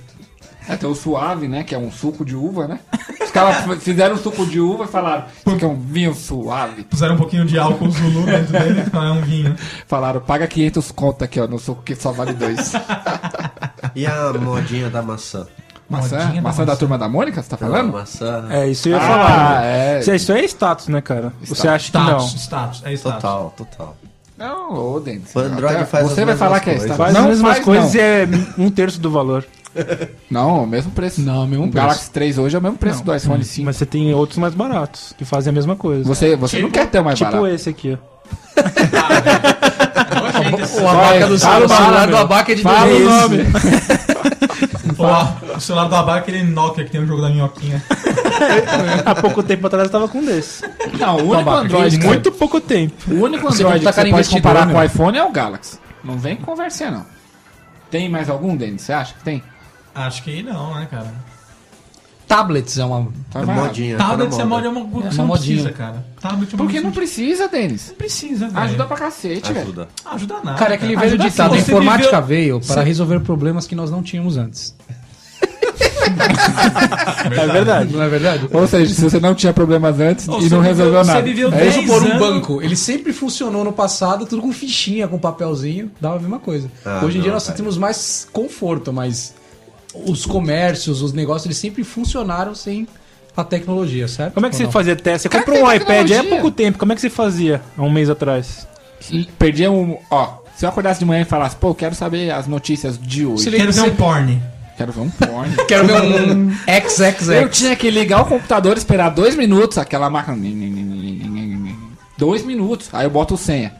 É, tem o suave, né? Que é um suco de uva, né? Os caras f- fizeram um suco de uva e falaram "Isso aqui é um vinho suave.
Puseram um pouquinho de álcool Zulu dentro dele e falaram, é um vinho.
Falaram, paga 500 conto aqui, ó, no suco que só vale dois.
E a modinha da maçã?
Maçã?
Modinha da
Maçã, da
maçã.
turma da Mônica, você tá
A
falando?
maçã
É, isso eu ia
Ah,
falar.
é.
Isso- Isso aí é status, né, cara? Você acha que não?
Status, status, é status.
total, total.
Não, ô, Dentes.
Pan Drog
até-
faz
Você
as
vai
mesmas
falar que é
coisas.
está.
Faz
não,
as mesmas
faz,
coisas
não.
e é um terço do valor.
Não, o mesmo Um preço.
Não, um mesmo
O
preço.
Galaxy 3 hoje é o mesmo preço do iPhone 5.
Mas você tem outros mais baratos que fazem a mesma coisa.
Você, você não quer ter o mais
tipo
barato.
esse aqui, ó.
O abaca do
Fala o
celular
nome.
do abaca é de
Fala
dois
o
meses.
nome.
Ou a- o celular do Abá é aquele Nokia que tem o jogo da minhoquinha.
Há pouco tempo atrás eu tava com um desse.
Não, o único
Babaca,
Android,
que
muito,
Muito pouco tempo.
o único
Você
Android
tá
que Tá você
cara
pode
investidor,
comparar com o
meu.
iPhone é o Galaxy. Não vem conversinha, não. Tem mais algum, Denis? Você acha que tem?
Acho que não, né, cara?
Tablets é uma.
Tá
É
errado.
modinha. tá
Tablet
na
você
moda.
molha uma coisa
É
que você
uma
não
modinha.
precisa, cara. Tablet é uma
Porque
coisa
não
que
precisa, Denis.
você não precisa, velho.
É. Ajuda pra cacete, velho.
Ajuda.
Ajuda nada.
Cara, é aquele velho
Ajuda
ditado: a
assim, você
informática
viveu-
veio para resolver problemas que nós não tínhamos antes.
É verdade.
Não é verdade?
Ou seja, se você não tinha problemas antes
Ou
e
você
não resolveu
viveu- você
nada.
viveu
é isso?
dez-
Por um
Exame.
banco. Ele sempre funcionou no passado, tudo com fichinha, com papelzinho, dava a mesma coisa.
Ah,
Hoje em dia
não,
nós
velho.
temos mais conforto, mas os comércios, os negócios, eles sempre funcionaram sem a tecnologia, certo?
Como é que
Ou
você
não?
fazia teste? Você
Cara,
comprou um
tem
iPad aí há
tecnologia.
pouco tempo. Como é que você fazia há um mês atrás?
Perdi um... Ó, se eu acordasse de manhã e falasse, pô, eu quero saber as notícias de hoje.
Se
Quero ver um porn.
Quero ver um porn.
Quero ver um XXX.
Eu tinha que ligar o computador, esperar dois minutos, aquela máquina. Dois minutos. Aí eu boto o senha.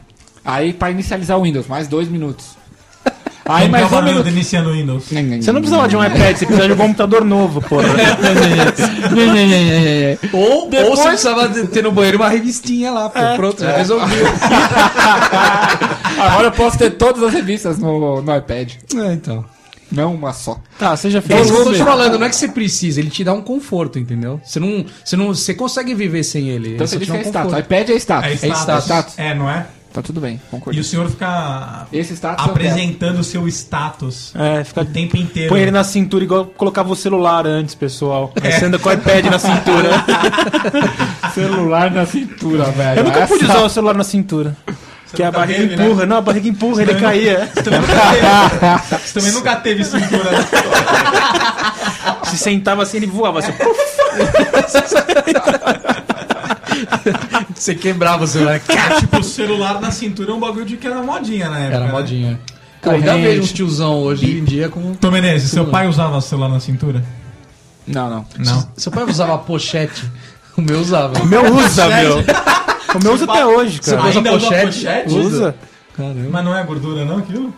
Aí pra inicializar o Windows, mais dois minutos. Aí
Não
mais
dá
um
barulho
minuto.
do iniciando é o Windows.
Você
Hum.
não precisava de um iPad, você precisava de um computador novo, porra.
Ou, ou
Depois-
você precisava de- ter no banheiro uma revistinha lá, pô. Pronto,
É.
já resolveu.
Agora eu posso ter todas as revistas no, no iPad.
É, então.
Não uma só.
Tá, você já
É
Então,
fez
isso que eu tô te
isso?
falando, não é que você precisa, ele te dá um conforto, entendeu? Você não, você não, você consegue viver sem ele.
Então
ele
você
só te
diz
dá
que
um
é status.
conforto.
iPad é status.
É
status.
status. É, não é?
Tá tudo bem, concordo.
E o senhor fica
Esse status é eu
apresentando o seu status
É, fica...
o tempo inteiro.
Põe ele na cintura igual colocava o celular antes, pessoal.
É.
Aí Você anda com o iPad na cintura.
quero. celular na cintura, velho.
Eu nunca
Essa- tá
pude usar o celular na cintura. Que a barriga
teve, né?
empurra. Não, a barriga empurra, ele caía.
Você também nunca teve, você também nunca teve cintura. né?
Se sentava assim, ele voava assim. puf.
Você quebrava o celular.
tipo, o celular na cintura é um bagulho de que era modinha na época.
Era
né?
modinha. Cara, ainda
Corrente.
vejo uns tiozão hoje em dia com.
Tom Menezes, seu pai usava o celular na cintura?
Não, não.
Não.
Seu pai usava pochete. O meu usava.
O meu usa, meu. O meu usa até hoje,
Você
cara.
usa
Ainda usa
pochete?
pochete?
Usa.
Caramba.
Mas não é gordura não aquilo?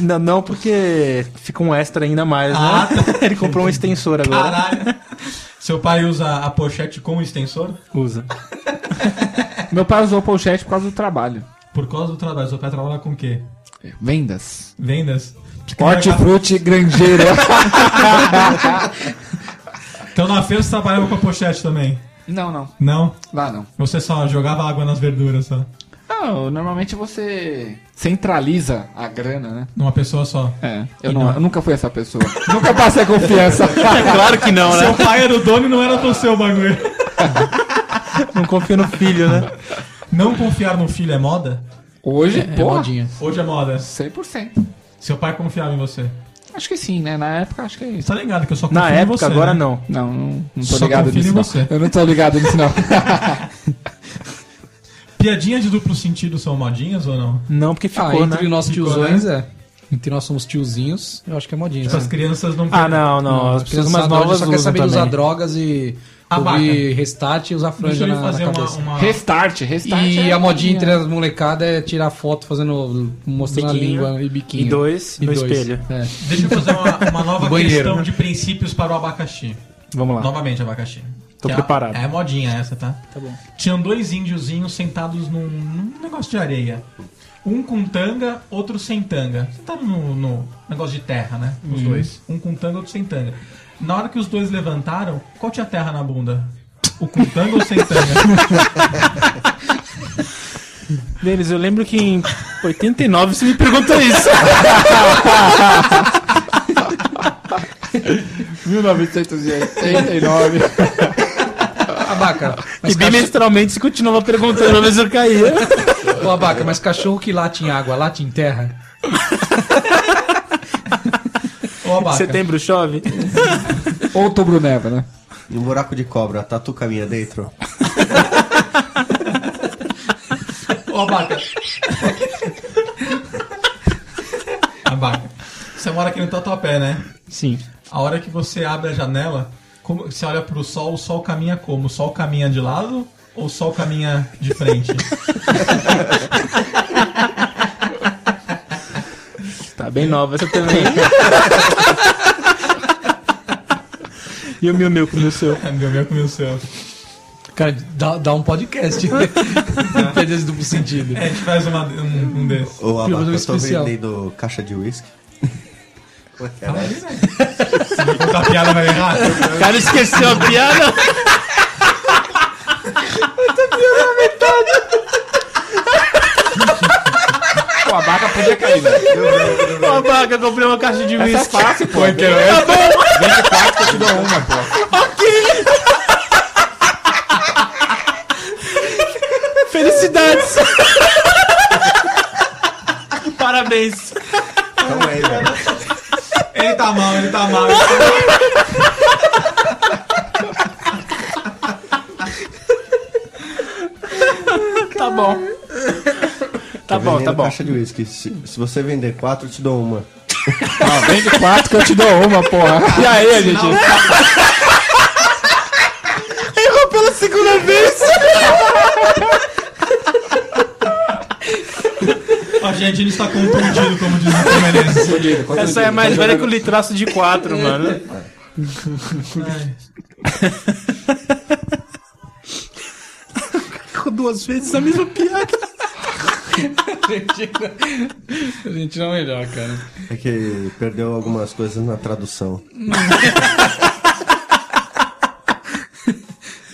Não, não, porque fica um extra ainda mais, né?
Ah,
Ele comprou um extensor agora.
Caralho. Seu pai usa a pochete com o extensor?
Usa.
Meu pai usou o pochete por causa do trabalho.
Por Por causa do trabalho. Seu pai trabalha com o quê?
Vendas.
Vendas.
Hortifruti grangeiro.
Então na feira você trabalhava com a pochete também?
não, não.
Não?
Lá não.
Você só jogava água nas verduras só.
Não, normalmente você centraliza a grana, né?
Numa pessoa só.
É. Eu, não- É, eu nunca fui essa pessoa. nunca passei confiança.
Claro que não,
Seu pai era o dono e não era do seu bagulho.
Não confia no filho, né?
Não confiar no filho é moda?
Hoje,
É
porra,
modinha.
Hoje é moda.
100%.
Seu pai confiava em você.
Acho que sim, né? Na época, acho que é isso.
Você tá ligado que eu só confio
Na
em
época,
você,
agora
né?
não.
Não, não, não tô
Só
ligado
confio em
nisso. não.
você.
Eu não tô ligado nisso, não.
Piadinhas de duplo sentido são modinhas ou não?
Não, porque
Ah,
ficou,
entre
né?
nós
Ficou,
tiozões, é. Entre nós somos tiozinhos, eu acho que é modinha.
Tipo, as
sim.
crianças não.
Ah, não, não. As pessoas mais
adora,
novas
só quer
usam
saber de usar
também.
drogas e
A
ouvir restart e usar
Deixa
franja
eu
na, na
fazer uma.
cabeça.
uma...
Restart, restart.
E
é
a modinha entre as molecadas é tirar foto fazendo. mostrando
Biquinho.
a língua e biquinho.
E dois
E
no
dois.
espelho.
É.
Deixa eu fazer uma, uma nova
Banheiro.
questão de princípios para o abacaxi.
Vamos lá.
Novamente, abacaxi.
Tô
Que é-
preparado.
É, modinha essa, tá? Tá bom. Tinham dois índiozinhos sentados num, num negócio de areia. Um com tanga, outro sem tanga. Você tá no, no negócio de terra, né? Os dois. Um com tanga, outro sem tanga. Na hora que os dois levantaram, qual tinha terra na bunda? O com tanga ou sem
Um
tanga?
Deles, eu lembro que em 89 você me perguntou isso.
1989.
Abaca, mas
E
cachorro,
bimestralmente você continuava perguntando, às vezes eu caía.
Ô, abaca, mas cachorro que late em água, late em terra.
Ô, abaca.
Setembro chove?
Outubro neva, né?
Um buraco de cobra, tatu caminha dentro?
Ô, abaca. abaca. Você mora aqui no Tatuapé, né?
Sim.
A hora que você abre a janela, como você olha pro sol, o sol caminha como? O sol caminha de lado ou o sol caminha de frente?
Tá bem nova essa também. e o meu meu com o seu?
É, meu, meu com meu céu.
Cara, dá, dá um podcast. né? Perder esse duplo sentido.
É, a gente faz uma- um, um desses.
Ou abaca, eu tô
especial.
vendendo caixa de uísque. Como é que
Fala
era?
aí, velho. Se eu contar a piada, vai errar.
O cara esqueceu a piada.
Pô, a barca podia cair, velho.
Ô, vaca, comprei uma caixa de
Essa é
whisky.
fácil, pô. Tá bom. 24 eu te dou uma, pô.
Felicidades. Parabéns.
Calma aí, velho.
Ele tá mal, ele tá mal. ele tá
Tá bom. Tá
Tô
bom, tá
vendendo
bom.
caixa de uísque. Se, se você vender quatro, eu te dou uma.
Não, vem de 4 que eu te dou uma, porra. E aí, gente?
Errou pela segunda vez.
mal. A gente ainda está contundido, como diz o Tom Menezes.
Essa é mais velha que o litraço de quatro, mano. Ficou duas vezes a mesma piada.
A gente não é melhor, cara.
É que perdeu algumas coisas na tradução.
Tem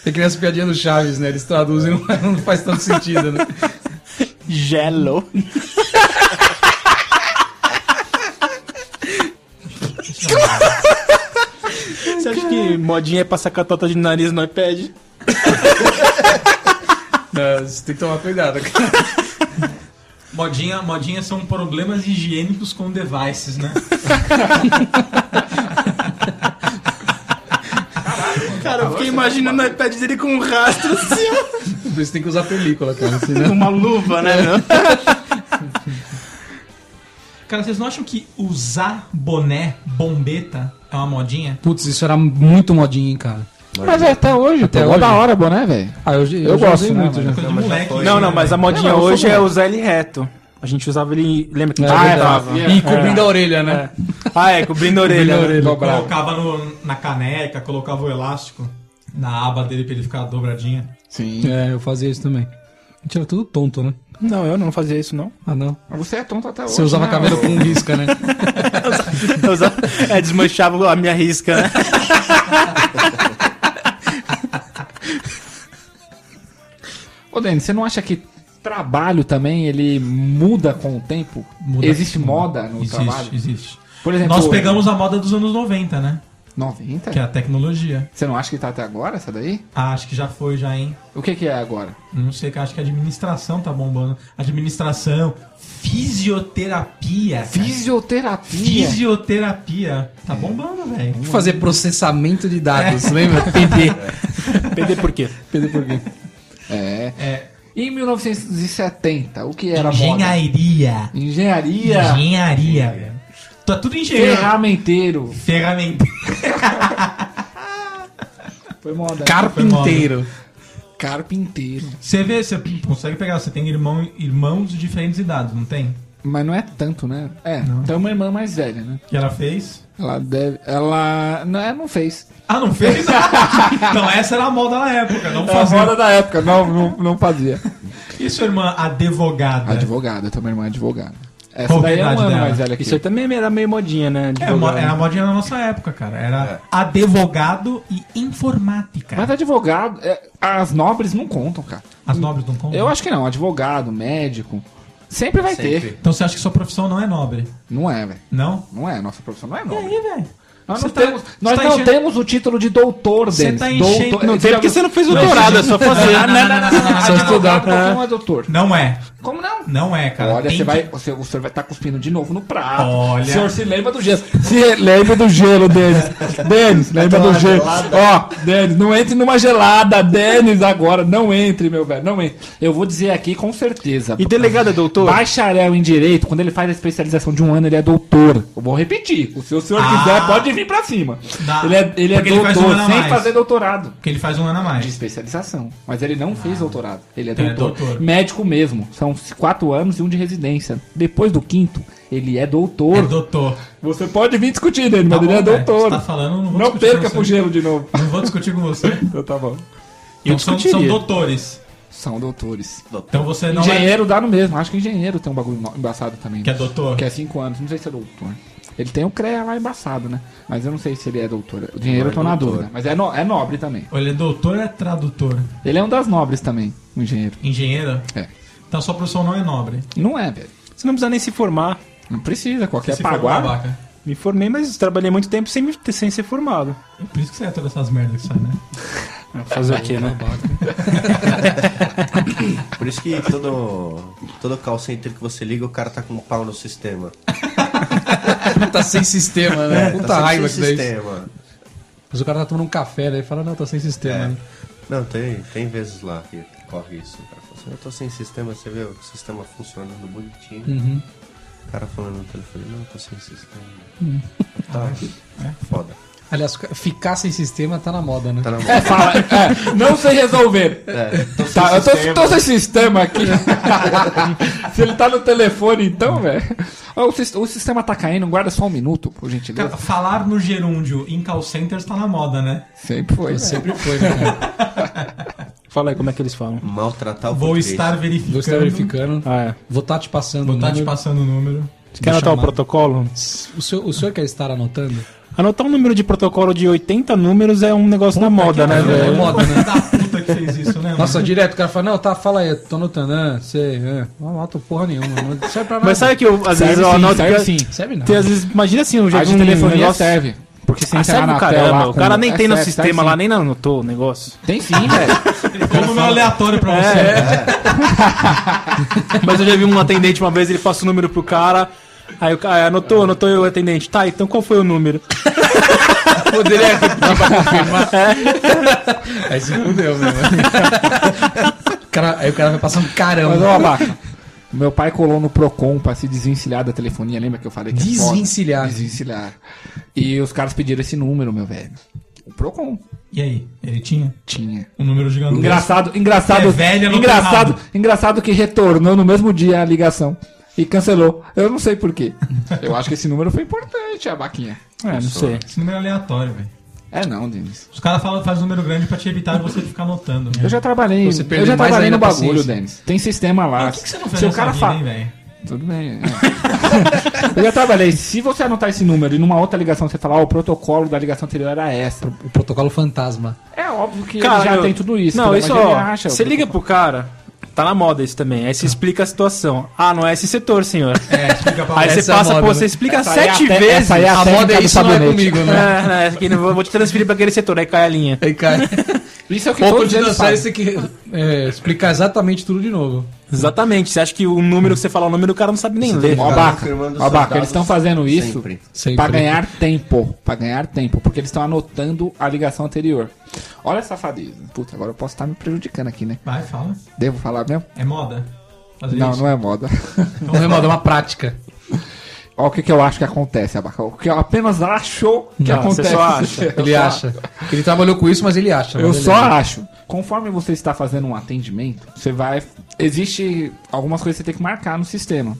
É que nem as piadinhas do Chaves, né? Eles traduzem, não, não faz tanto sentido, né?
Gelo. Você acha que modinha é passar catota de nariz no iPad?
Não, você tem que tomar cuidado, cara.
Modinha, modinha são problemas higiênicos com devices, né?
Cara, eu fiquei imaginando o iPad dele com um rastro assim,
Por isso tem que usar película, cara. Senão...
ó. Uma luva, né? meu?
Cara, vocês não acham que usar boné, bombeta, é uma modinha?
Putz, isso era muito modinho, hein, cara.
Mas é até hoje,
Até
pô. Mó
hoje?
da hora, boné, velho.
Ah, eu,
Eu
já
gosto,
usei
né,
muito,
mano?
já.
Coisa de
Não, mas já
moleque.
foi,
né?
Não, não, mas a
É,
modinha
mas eu sou
hoje é
bom.
usar ele reto. A gente usava ele. Lembra que a
É
gente
verdade.
cortava?
E cobrindo a orelha, né?
Ah, é, cobrindo a orelha. né?
Dobrado.
Colocava no- na caneca, colocava o elástico na aba dele pra ele ficar dobradinha.
Sim.
É, eu fazia isso também. Mentira, tudo tonto, né?
Não, eu não fazia isso, não.
Ah, não.
Mas Você é tonto até hoje.
Você usava
né?
cabelo com risca, né?
Eu usava- é, desmanchava a minha risca, né?
Ô, Denis, você não acha que trabalho também ele muda com o tempo?
Muda.
Existe moda no
existe,
trabalho?
existe.
Por exemplo,
Nós pegamos a moda dos anos 90, né?
90?
Que é a tecnologia.
Você não acha que tá até agora essa daí?
Ah, acho que já foi, já, hein?
O que que é agora?
Não sei, cara, acho que a administração tá bombando. Administração, fisioterapia. cara.
Fisioterapia.
Fisioterapia. Tá bombando, velho.
Fazer processamento de dados, lembra?
PD por quê?
É.
É,
Em 1970, o que era moda?
engenharia.
Engenharia. É.
Engenharia, velho. Tá tudo engenheiro.
Ferramenteiro.
Ferramenta.
Foi moda.
Carpinteiro.
Carpinteiro.
Você vê, você consegue pegar, você tem irmão, irmãos de diferentes idades, não tem?
Mas não é tanto, né? É, tem uma irmã mais velha, né?
Que ela fez.
Ela deve. Ela. Não, ela não fez.
Ah, não fez? então essa era a moda na época,
É,
não fazia.
da época, não, não, não fazia.
E sua irmã advogada?
Advogada, também irmã é advogada. Essa
Qual
daí é um
idade
ano
dela?
mais velha que
Isso aí
eu.
também era meio modinha, né?
É, mo- era modinha na nossa época, cara. Era
É.
advogado e informática.
Mas advogado, é, as nobres não contam, cara.
As nobres não contam?
Eu acho que não, advogado, médico, sempre vai ter.
Então você acha que sua profissão não é nobre?
Não é, velho.
Não?
Não é, nossa profissão não é
E
nobre.
aí, velho?
Nós
Você
não,
tá-
temos,
você
nós
tá
não
enchendo-
temos o título de doutor,
Você
Denis.
tá enchendo-
Doutor-
Não
Você
tem
já-
porque você
não fez o
doutorado,
é só
fazer.
Não, não, não, não, não,
Só estudar porque não é doutor.
Não é.
Como não?
Não é, cara.
Olha,
Tem
você
que-
vai, você- o senhor vai estar cuspindo de novo no prato.
Olha.
O senhor se lembra do gelo. Se lembra do gelo, Denis. Denis, lembra
Tá
do gelo. Ó, Denis, não entre numa gelada. Denis, agora, não entre, meu velho, não entre. Eu vou dizer aqui com certeza.
E delegado é doutor?
Bacharel em Direito, quando ele faz a especialização de um ano, ele é doutor. Eu vou repetir. Se o senhor
Ah.
quiser, pode vir pra cima.
Dá.
Ele é, ele é
Porque ele faz
doutor,
um ano a
sem
mais.
fazer doutorado
Porque ele faz um ano a
de
mais.
especialização. Mas ele não fez doutorado. Ele é
Então é
doutor.
doutor.
Médico mesmo. São quatro anos e um de residência. Depois do quinto, ele é doutor.
É doutor.
Você pode vir discutir dele, mas
Tá
ele é
bom, velho.
doutor.
Você tá falando, não vou
não
discutir
perca
com você.
pro gelo de novo.
Não vou discutir com você.
Então tá bom.
Então são,
discutiria.
são doutores.
São doutores.
Então você não é.
engenheiro dá no mesmo. Acho que engenheiro tem um bagulho no- embaçado também.
Que é doutor?
Que é cinco anos. Não sei se é doutor. Ele tem o CREA lá embaçado, né? Mas eu não sei se ele é doutor. O dinheiro eu tô na dúvida. Mas é, no- é nobre também.
Ou ele é doutor ou é tradutor?
Ele é um das nobres também, o engenheiro.
Engenheiro?
É.
Então sua profissão não é nobre.
Não é, velho.
Você não precisa nem se formar.
Não precisa, qualquer
Se for um
paguá.
babaca.
Me formei, mas trabalhei muito tempo sem, me- sem ser formado.
É por isso que você é todas essas merdas que sai, né?
Fazer o quê, né?
Por isso que todo, todo call center que você liga, o cara tá com um pau no sistema.
Tá sem sistema,
É,
né? Puta
tá
raiva que
sem
dá isso.
sistema.
Mas o cara tá tomando um café, daí fala, não, tá sem sistema.
É.
né?
Não, tem, tem vezes lá que corre isso. O cara fala assim, eu tô sem sistema, você vê o sistema funcionando bonitinho.
Uhum.
O cara falando no telefone, não, eu tô sem sistema.
Hum.
Tá, é foda.
Aliás, ficar sem sistema tá na moda, né?
Tá na mão.
É, fala, é, não sei resolver.
É, tô sem
Tá, eu tô,
sistema.
tô sem sistema aqui. Se ele tá no telefone, então, velho. Ó, O, sis- o sistema tá caindo, guarda só um minuto, por gentileza.
Cara, falar no gerúndio em call centers tá na moda, né?
Sempre foi. velho.
Sempre foi, né? cara?
Fala aí como é que eles falam.
Maltratar o
Vou
português.
estar verificando.
Vou estar verificando.
Ah, é.
Vou estar te passando.
Vou
o
estar te
número.
passando o número.
Você quer anotar o protocolo?
O senhor, o senhor quer estar anotando?
Anotar um número de protocolo de 80 números é um negócio da moda, né,
pariu.
velho?
É moda, né?
da puta que fez isso, né? mano?
Nossa, direto, o cara fala, não, tá, fala aí, eu tô anotando, ah, sei, ah, não anoto porra nenhuma, não serve pra nada.
Mas sabe que eu, às
Serve
vezes eu
sim,
anoto.
serve
que-
sim.
Serve não.
tem, às vezes, imagina assim, eu já
A
vi
de
um
telefonia
negócio...
serve. Porque se
Ah,
entrar
serve
na
o caramba.
tela.
o cara
com-
nem
é,
tem no
serve,
sistema
serve
lá,
sim.
nem anotou o negócio.
Tem sim, velho.
Como meu um aleatório pra você.
Mas eu já vi um atendente uma vez, ele passa o número pro cara. Aí o cara ah, anotou, anotou eu, o atendente. Tá, então qual foi o número?
Poderia repetir pra confirmar. Aí se fudeu, né?
O cara- aí o cara vai passando
Então,
Mas,
caramba.
ó, abaca. Meu pai colou no Procon pra se desvencilhar da telefonia, lembra que eu falei que é foda?
Desvencilhar.
Desvencilhar. E os caras pediram esse número, meu velho. O Procon
E aí, ele tinha
tinha.
um número gigantesco.
Engraçado, engraçado,
É velha, não
engraçado,
tem rabo.
engraçado que retornou no mesmo dia a ligação e cancelou. Eu não sei por quê. Eu acho que esse número foi importante, a baquinha.
É, não sei.
Esse número é aleatório, velho.
É não, Denis.
Os caras falam faz um número grande pra te evitar você de ficar anotando. né?
Eu já trabalhei.
Você perdeu
eu já
mais
trabalhei
ainda
no
a
bagulho,
paciência.
Denis. Tem sistema lá.
Por que, que você não fez
Se o
nessa
cara
vida,
fala.
hein, velho?
Tudo bem. é. eu já trabalhei. Se você anotar esse número e numa outra ligação você falar, ó, o protocolo da ligação anterior era essa.
O protocolo fantasma.
É óbvio que
Cara,
ele já
eu-
tem tudo isso. né?
Não,
mas
isso
ele
ó.
acha,
Você
o
liga pro cara, tá na moda isso também. Aí você explica a situação. Ah, não é esse setor, senhor.
É, explica pra
Aí
você.
você
Essa é a
passa,
moda,
pô,
né?
você explica
Essa aí é
sete
a te-
vezes.
essa aí é
Ah,
a,
A
técnica
moda é
do
isso, não é
sabonete.
comigo, né?
né, que não- vou te transferir pra aquele setor, aí cai a linha.
Aí, cara,
Isso é o que
ou pra
todos
te
eles
dançar,
fazem.
você tem que é, explicar exatamente tudo de novo.
Exatamente. Você acha que o número que você fala, o número, o cara não sabe nem ler.
Ó, Abaca,
confirmando
ó,
seus
Abaca,
dados
eles estão fazendo isso
sempre.
Sempre.
pra ganhar tempo. Pra ganhar tempo, porque eles estão anotando a ligação anterior. Olha essa safadeza. Puta, agora eu posso estar me prejudicando aqui, né?
Vai, fala.
Devo falar mesmo?
É moda? Fazer
Não,
isso?
não é moda.
Não é moda, é uma prática.
Olha o que, que eu acho que acontece, Abaca. O que eu apenas acho que
Não, você
acontece.
só acha.
Eu
Ele
só-
acha. Ele trabalhou com isso, mas ele acha.
Eu
mas ele
só
acha.
acho. Conforme você está fazendo um atendimento, você vai. Existe algumas coisas que você tem que marcar no sistema.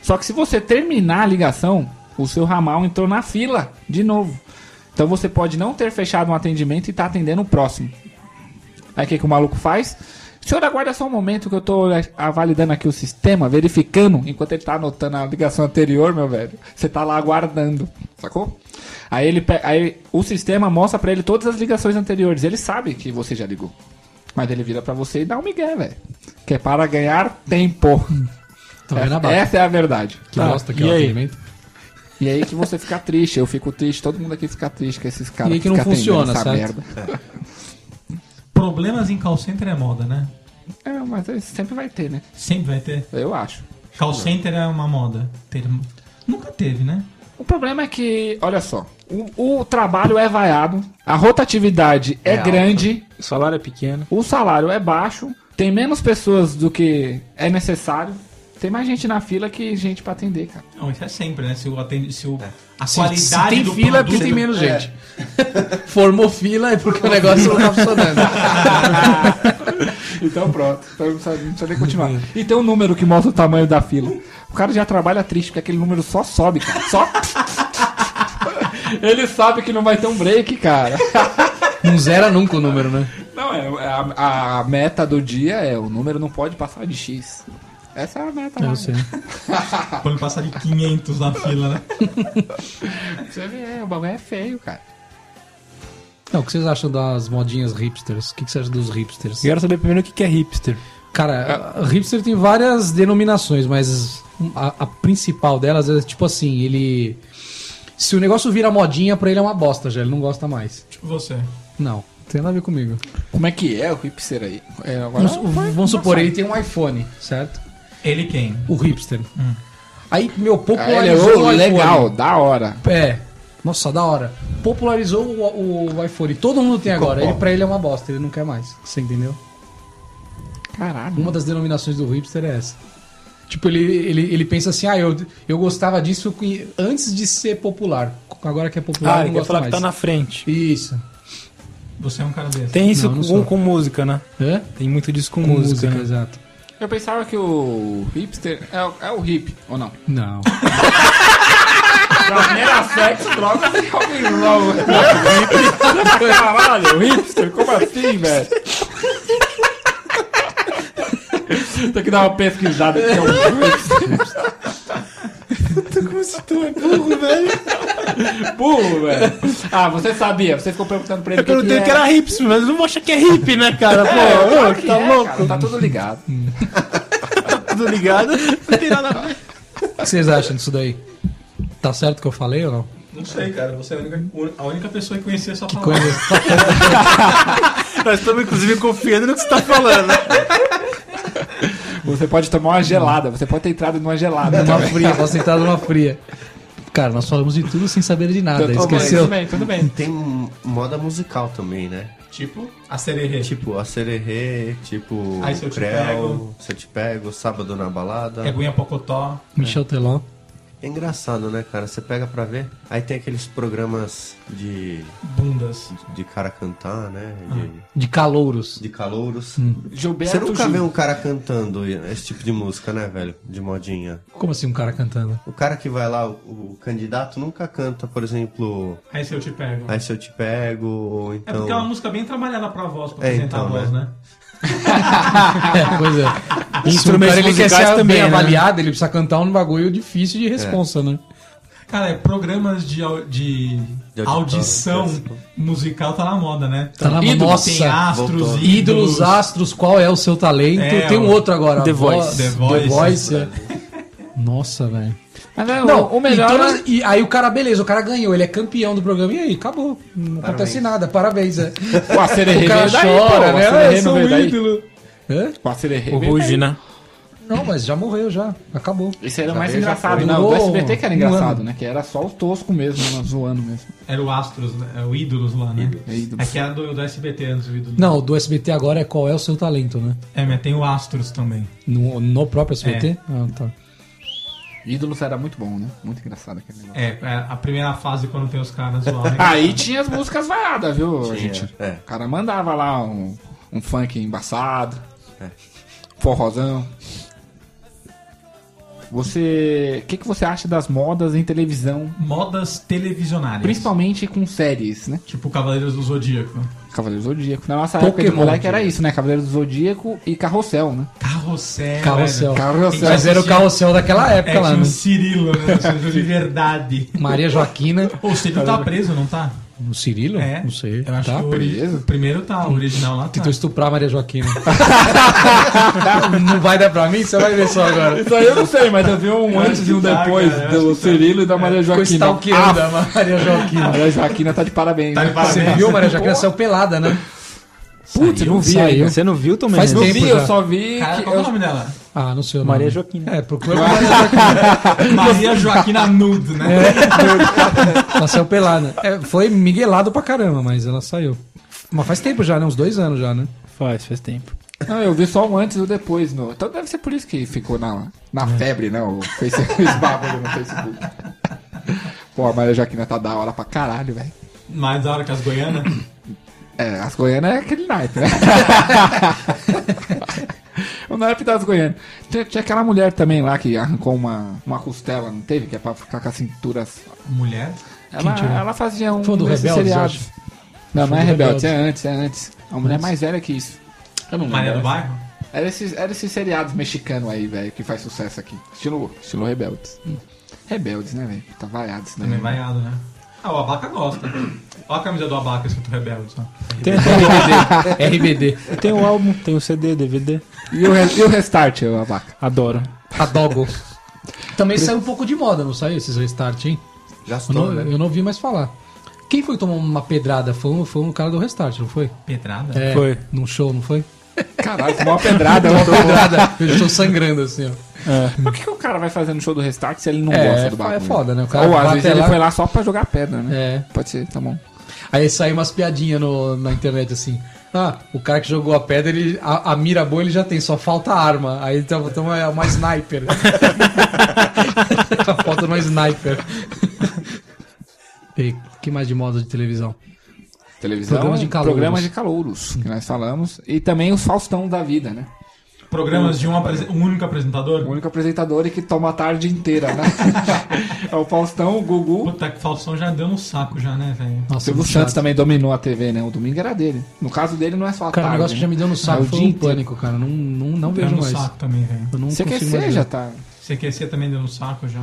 Só que se você terminar a ligação, o seu ramal entrou na fila de novo. Então você pode não ter fechado um atendimento e estar atendendo o próximo. Aí o que, que o maluco faz? Senhor, aguarda só um momento que eu tô eh, validando aqui o sistema, verificando, enquanto ele tá anotando a ligação anterior, meu velho. Você tá lá aguardando, sacou? Aí ele pe- aí o sistema mostra pra ele todas as ligações anteriores. Ele sabe que você já ligou. Mas ele vira pra você e dá um migué, velho. Que é para ganhar tempo.
Tô tá vendo a
É-
barra.
essa é a verdade.
Que bosta que é o
e aí?
atendimento.
E aí que você fica triste, eu fico triste, todo mundo aqui fica triste com esses caras.
E aí que não
ficam atendendo
funciona,
essa
certo?
merda.
Problemas em call center é moda, né?
É, mas aí sempre vai ter, né?
Sempre vai ter.
Eu acho.
Call center é uma moda. Ter- Nunca teve, né?
O problema é que, olha só, o, o trabalho é vaiado, a rotatividade é, grande,
O salário é pequeno.
o salário é baixo, tem menos pessoas do que é necessário, tem mais gente na fila que gente pra atender, cara.
Não, isso é sempre, né? Se o atende, se o, a
Se,
qualidade
se tem
do
fila, é porque
produto-
tem menos gente. Formou fila é porque o negócio não tá funcionando.
Então pronto, então não precisa, não precisa nem continuar. E tem um número que mostra o tamanho da fila. O cara já trabalha triste, porque aquele número só sobe, cara. Só. Ele sabe que não vai ter um break, cara.
Não zera nunca o número, né?
Não, é, a, a meta do dia é o número não pode passar de X. Essa é a meta. lá.
Quando passar de 500 na fila, né?
Você vê, é, o bagulho é feio, cara.
Não, o que vocês acham das modinhas hipsters? O que que você acha dos hipsters?
Eu quero saber primeiro o que que é hipster.
Ah.
Cara, a- hipster tem várias denominações, mas a, a principal delas é tipo assim, ele. Se o negócio vira modinha, pra ele é uma bosta, já. Ele não gosta mais.
Tipo você.
Não, não tem nada a ver comigo.
Como é que é o hipster aí? É, agora...
Vamos, vamos supor, ele tem um iPhone, certo?
Ele quem?
O hipster. Aí, meu,
Hum. Ah, ele é
popularizou
ô,
o iPhone.
legal, da hora.
É. Nossa, da hora. Popularizou o, o iPhone. Todo mundo tem agora. Ele, pra ele é uma bosta, ele não quer mais. Você entendeu?
Caralho.
Uma das denominações do hipster é essa. Tipo, ele, ele, ele pensa assim, ah, eu, eu gostava disso com- antes de ser popular. Agora que é popular, eu
Ah, ele
não
quer
gosto
falar
mais.
que tá na frente.
Isso.
Você é um cara desse.
Tem isso
Não, não
com,
sou.
com música, né?
Hã?
Tem muito disso com,
Com
música. né?
exato.
Eu pensava que o hipster é, o- é o hip, ou não?
Não.
Primeira sexo, droga, Caralho, o hipster, como assim, velho? Tem que dar uma pesquisada que é um
é
hipster. Tô como se tu é burro, velho. Burro, velho. Ah, você sabia, você ficou perguntando pra ele
Eu
o que, que
perguntei
é.
que era hipster, mas eu não vou achar que é hip, né, cara? Pô, ô,
que
tá
é,
louco?
cara, tá tudo ligado.
Tudo ligado? Não tem nada a ver.
o que vocês acham disso daí? Tá certo o que eu falei ou não?
Não sei, cara. Você é a única, a única pessoa que conhecia essa palavra.
Coisa...
Nós estamos, inclusive, confiando no que você tá falando. né?
Você pode tomar uma gelada, você pode ter entrado numa gelada.
numa fria, posso entrar Tá numa fria. Cara, nós falamos de tudo sem saber de nada.
Tudo bem,
Esqueceu?
Tá Tudo bem, tudo bem.
Tem m- moda musical também, né?
Tipo, a sererê.
Tipo a Sererê, tipo
Ai, se eu te
Creu,
pego. É.
Se Eu Te Pego, Sábado na Balada.
Eguinha Pocotó.
Michel Teló.
É engraçado, né, cara? Você pega pra ver. Aí tem aqueles programas de,
Bundas.
de cara cantar, né?
Ah.
De,
De calouros.
de calouros.
Hum.
Você
Gilberto
nunca
Gil.
vê um cara cantando esse tipo de música, né, velho? De modinha.
Como assim um cara cantando?
O cara que vai lá, o, o candidato, nunca canta, por exemplo,
Aí se eu te pego.
Aí Se Eu Te Pego, ou
É porque é uma
então...
música bem trabalhada pra voz, pra
É,
apresentar
então,
a voz,
né?
né?
É, pois é. Se o
Instrumentos
cara ele quer
musicais
ser
também,
bem
né? É.
avaliado, ele precisa cantar um bagulho difícil de responsa, né?
Cara, é programas de, au- de, é
De
audição
audição.
musical tá na moda, né?
Tá na-
Ídolos,
nossa.
tem astros,
Voltou.
Ídolos, astros, qual é o seu talento?
É,
Tem um
o-
outro agora.
The
Vo-
Voice.
The
The
Voice.
Voice, é. Nossa, velho.
Mas é,
Não,
o, o melhor
e todas-
é-
e aí o cara, beleza, o cara ganhou, ele é campeão do programa, e aí, acabou. Não acontece nada, parabéns. É.
o acererê
O cara
veio daí,
chora,
pô, é
né?
Ah,
o acererê não
Eu sou
veio
um
daí.
ídolo. Hã?
O acererê
O
veio daí.
Ruge, né?
Não, mas já morreu, já. Acabou.
Isso era mais
veio, já
engraçado,
foi.
não. Do
Durou
SBT que era
um
engraçado,
ano.
né? Que era só o tosco mesmo, né? zoando mesmo.
Era o Astros, né? É o Ídolos lá, né?
É ídolo.
É que era do, do SBT antes do Ídolos.
Não, o do SBT agora é qual é o seu talento, né?
É, mas tem o Astros também.
No, no próprio SBT?
É.
Ah, tá.
Ídolos era muito bom, né? Muito engraçado aquele negócio.
É, é a primeira fase quando tem os caras né? zoando.
Aí tinha as músicas vaiadas, viu, gente?
é.
O cara mandava lá um, um funk embaçado,
É.
forrozão. Você. O que, que você acha das modas em televisão?
Modas televisionárias.
Principalmente com séries, né?
Tipo Cavaleiros do Zodíaco.
Cavaleiros do Zodíaco. Na nossa época de
Pokémon.
moleque era isso, né? Cavaleiros do Zodíaco e Carrossel, né?
Carrossel.
Carrossel.
velho.
Carrossel.
Mas era o carrossel daquela
É,
época lá,
tinha um
né?
o Cirilo, né? Cirilo de verdade.
Maria Joaquina.
Ô, o Cirilo tá preso, não tá?
O Cirilo?
É.
Não sei.
Eu acho
tá? Então,
que o, ori-
preso?
o primeiro tá, o original lá tá.
Ah.
Tentou estuprar a Maria Joaquina. não vai dar pra mim? Você vai ver só agora.
Isso aí eu não sei, mas eu vi um antes e um
tá,
depois
cara, eu é.
do Cirilo e da Maria
Ficou
Joaquina.
stalkeando a
Ah.
Maria Joaquina.
A Maria Joaquina tá de parabéns.
Tá de
né?
parabéns.
Você viu a Maria Joaquina? Saiu pelada, né?
Putz, não vi
Saiu.
ainda.
Você não viu também?
Faz
né?
Não vi,
tempo já.
eu só vi.
Cara,
que
qual que é o
eu-
nome dela?
Ah, não sei o nome.
Maria Joaquina.
É, procura Maria Joaquina.
Maria Joaquina Nude, né?
Ela saiu pelada. É, foi miguelado pra caramba, mas ela saiu. Mas faz tempo já, né? Uns dois anos já, né?
Faz, faz tempo.
Não, eu vi só um antes e o depois. No... Então deve ser por isso que ficou na, na
É.
febre, né? O Facebook, os bagulho no Facebook. Pô, a Maria Joaquina tá da hora pra caralho, velho.
Mais da hora que as goianas.
É, as goianas é aquele naipe, né? o naipe das goianas. Tinha, tinha aquela mulher também lá que arrancou uma, uma costela, não teve? Que é pra ficar com as cinturas.
Mulher.
Ela, ela fazia um
Foi do
desses
Rebeldes,
seriados.
eu acho.
Não, não é
do
Rebelde,
Rebeldes.
é antes, é antes. A mulher mais velha que isso. Eu não
Maria do
lembro.
Bairro.
Era esses, era esses seriados mexicanos aí, velho, que faz sucesso aqui. Estilo, estilo Rebeldes.
Hum.
Rebeldes, né, velho? Tá vaiado isso daí.
Também vaiado, né? Ah, o Abaca gosta. Olha a camisa do Abaca escrito Rebelde. Só.
Tem, tem,
RBD.
tem o álbum, tem o CD, DVD.
E o, re- e o Restart, a vaca?
Adoro.
A Dogo. Também saiu um pouco de moda, não saiu esses restart, hein? Eu
Gastou,
não,
né?
eu não ouvi mais falar. Quem foi tomar uma pedrada? Foi um, foi um cara do restart, não foi?
Pedrada?
É,
Foi.
Num show, não foi?
Caralho, foi uma pedrada. É. ela falou.
Pedrada. Eu estou sangrando assim, ó.
Mas o que, que o cara vai fazer no show do Restart se ele não
É,
gosta do bagulho?
é foda, né? O cara
Ou às
bate
vezes ele
lá-
foi lá só pra jogar pedra, né?
É.
Pode ser, tá bom.
Aí saiu umas piadinhas no- na internet assim. Ah, o cara que jogou a pedra, ele, a, a mira boa ele já tem, só falta a arma. Aí tá botando uma, uma sniper. só falta uma sniper. E que mais de moda de televisão?
Televisão,
Programas de calouros.
programas de calouros, que nós falamos. E também os Faustão da vida, né?
É.
Programas de um, apresen- um único
O
apresentador?
único apresentador é que toma a tarde inteira, né? é o Faustão, o Gugu.
Puta, que Faustão já deu no saco já, né, velho?
Nossa,
Silvio
muito
Santos
chato.
também dominou a TV, né? O domingo era dele. No caso dele, não é só a
Cara, o
tarde.
negócio que já
né?
me deu no saco
É o
foi
dia
um
inteiro.
pânico, cara. Não, não, não
Deu
vejo
no
mais.
saco também, velho.
Eu não consigo mais
CQC
ver.
já tá.
CQC também deu no saco já.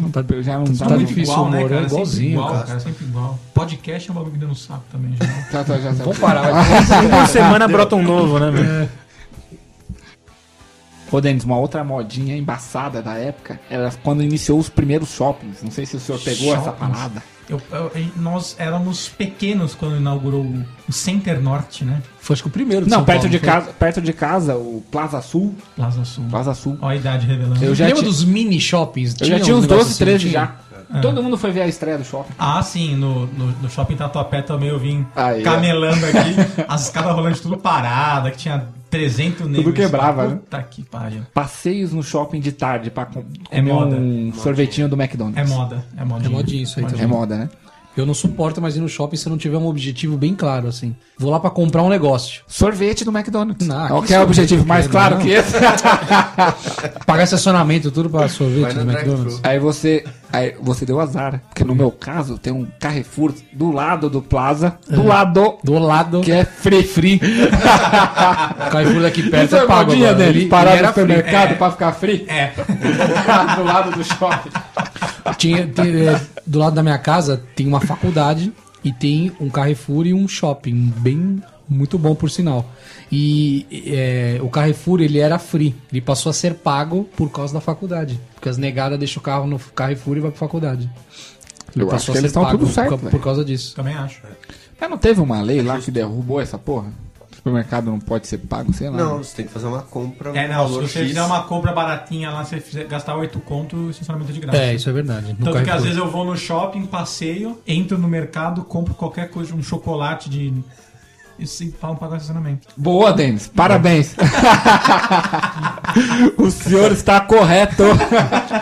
Não, tá-
Já não
Tá
tá
muito difícil o humor, é
Sempre
igualzinho,
igual,
cara.
cara. Sempre igual. Podcast é um bagulho que deu no saco também já. né?
Já, tá, já, tá.
Vamos parar, vai.
Por semana brota um novo, né, meu?
Ô, Denis, uma outra modinha embaçada da época era quando iniciou os primeiros shoppings. Não sei se o senhor pegou essa
Shoppings?
parada.
Eu- eu- nós éramos pequenos quando inaugurou o Center Norte, né?
Foi acho que o primeiro de
Não,
São
perto
Paulo,
de,
não foi?
casa, perto de casa, o Plaza Sul.
Plaza Sul.
Plaza Sul.
Olha a idade revelando.
Eu já
Lembra
ti-
dos mini shoppings? um
Eu já tinha uns 12,
assim,
13 já.
É.
Todo mundo foi ver a estreia do shopping.
Ah, sim, no, no, no shopping Tatuapé também eu vim
Aí, ó.
camelando aqui, as escadas rolantes tudo parada, que tinha 300 negros.
Tudo quebrava, né?
Puta que pariu.
Passeios no shopping de tarde pra com- comer
É moda.
um sorvetinho do
É
McDonald's.
moda, é moda.
É modinha isso aí
É
também.
moda, né?
Eu não suporto mais ir no shopping se eu não tiver um objetivo bem claro, assim. Vou lá pra comprar um negócio.
Sorvete do McDonald's.
Ah,
Qual
que
que é o
sorvete
objetivo
que
mais
é,
claro
não?
que esse?
Pagar estacionamento, tudo pra sorvete
Vai no
no McDonald's.
drive-thru.
Aí você, aí você deu azar. Porque no meu caso, tem um Carrefour do lado do Plaza.
É.
Do lado.
Do lado,
Que é free free.
Carrefour daqui perto
Essa
é pago
modinha
agora.
dele.
Ele-
Parar
ele
no
era free.
supermercado pra ficar free.
É.
do lado do shopping.
Tinha, tem, é, do lado da minha casa tem uma faculdade e tem um Carrefour e um shopping bem muito bom por sinal. E é, o Carrefour ele era free, ele passou a ser pago por causa da faculdade, porque as negadas deixam o carro no Carrefour e vai pra faculdade. Ele
Eu acho
passou
que
a
eles
ser
tão
pago
tudo certo, né?
por,
velho.
por causa disso.
Também acho.
É. Mas não teve uma lei lá que derrubou essa porra? Supermercado não pode ser pago, sei lá.
Não, você tem que fazer uma compra.
né? É,
no
não, se
valor
você
X.
fizer uma compra baratinha lá, você fizer- gastar 8 conto, estacionamento é de graça.
É, isso é verdade. No
Tanto que às
Carrefour.
vezes eu vou no shopping, passeio, entro no mercado, compro qualquer coisa, um chocolate de. E se falam pagar estacionamento.
Boa, Denis. Parabéns. o senhor está correto.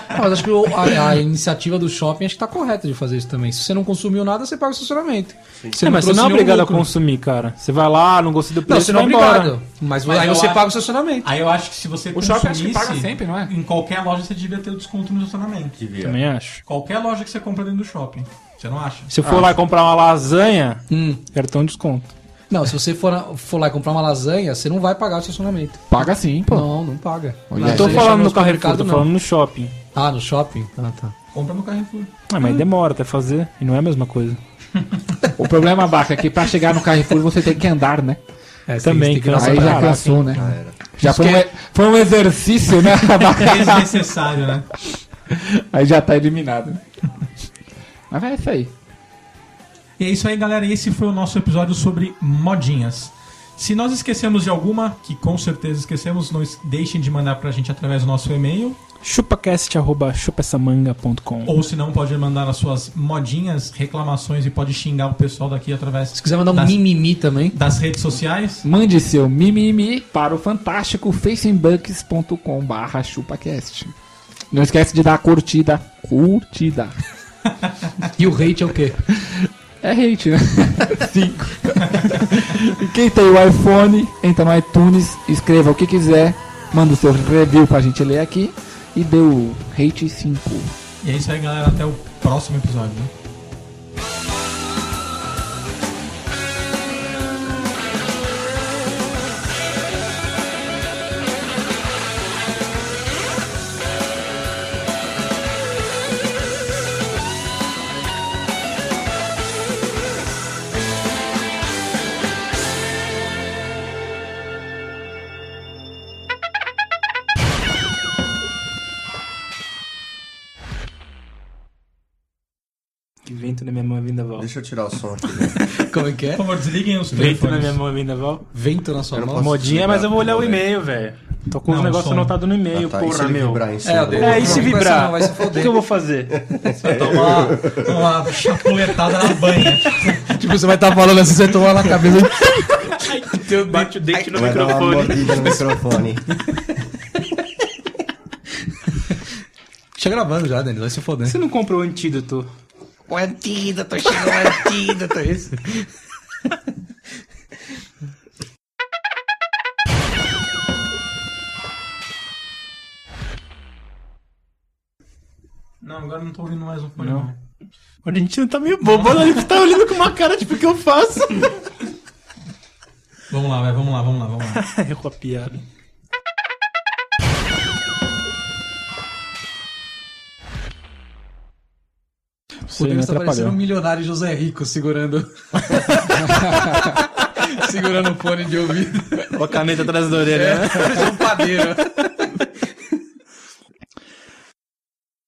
Ah, mas acho que o- a, a iniciativa do shopping acho que tá correta de fazer isso também. Se você não consumiu nada, você paga o estacionamento. Você
É, mas
trouxe
você não é
nenhum
obrigado
lucro.
a consumir, cara. Você vai lá, não gostei do preço,
Não, você não é
vai embora.
obrigado. Mas,
Mas
aí
eu
você
acho-
paga o estacionamento.
Aí eu acho que se você
O shopping acho que paga sempre, não é?
Em qualquer loja você devia ter o desconto no estacionamento.
Também acho.
Qualquer loja que você compra dentro do shopping. Você não acha?
Se eu for lá comprar uma lasanha, cartão de desconto.
Não, se você for, na- for lá comprar uma lasanha, você não vai pagar o estacionamento.
Paga sim, pô.
Não, não paga.
Olha
Não,
aí.
Tô
você
falando
deixa
no
no é
Carrefour,
supermercado,
tô
não.
falando no shopping.
Ah, no shopping? Ah, tá.
Compra no Carrefour.
Ah, mas demora até fazer. E não é a mesma coisa.
O problema, Baca, é que pra chegar no Carrefour você tem que andar, né?
É,
Também,
tem que-
Nossa,
então. Aí já
caraca,
cansou, né? Já foi um, e- foi um exercício, né?
É Desnecessário, né?
Aí já tá eliminado. né? Mas é isso aí.
E é isso aí, galera. Esse foi o nosso episódio sobre modinhas. Se nós esquecemos de alguma, que com certeza esquecemos, não es- deixem de mandar pra gente através do nosso e-mail.
Chupacast, arroba, chupaessamanga.com.
Ou se não, pode mandar as suas modinhas, reclamações e pode xingar o pessoal daqui através
Se quiser mandar um
das,
mimimi também.
das redes sociais.
Mande seu mimimi para o fantástico facebook.com barra chupacast. Não esquece de dar a curtida. Curtida.
E o hate é o quê?
É hate, né? Cinco. E Quem tem o iPhone, entra no iTunes, escreva o que quiser, manda o seu review pra gente ler aqui e dê o hate 5.
E é isso aí, galera. Até o próximo episódio. né?
Que vento na minha mão é vindo volta.
Deixa eu tirar o som aqui.
Como é que é?
Por favor, desliguem os
Vento na
telefones.
minha mão é vindo volta.
Vento na sua
Eu não
mão.
posso
Modinha,
desligar,
mas eu vou olhar o
moleque.
e-mail, velho. Tô com os
Não,
negócios
som.
anotados no e-mail,
Ah, tá. E se
porra,
ele
meu.
vibrar em cima?
É, o dele.
É, e se
Não,
vibrar?
vai se
O que
foder.
que eu vou fazer?
Vai tomar uma, uma chapuletada na banha.
Tipo, você vai estar falando assim, você vai tomar na cabeça.
Eu bate o dente no
Vai dar uma
microfone.
mordida no microfone.
Tá gravando já, Denis, vai se foder.
Você não comprou o antídoto?
O antídoto, chegou o antídoto, isso.
Não, agora não tô ouvindo mais um fone. Não.
O argentino tá meio bobo, olha, ele tá olhando com uma cara tipo, o que eu faço?
Vamos lá, vai. Vamos lá, vamos lá, vamos lá.
Errou É, a piada.
O
Você me
Denis tá parecendo um
atrapalhou.
milionário José Rico segurando. segurando o fone de ouvido.
Ó a caneta atrás da orelha, né?
Parece um padeiro.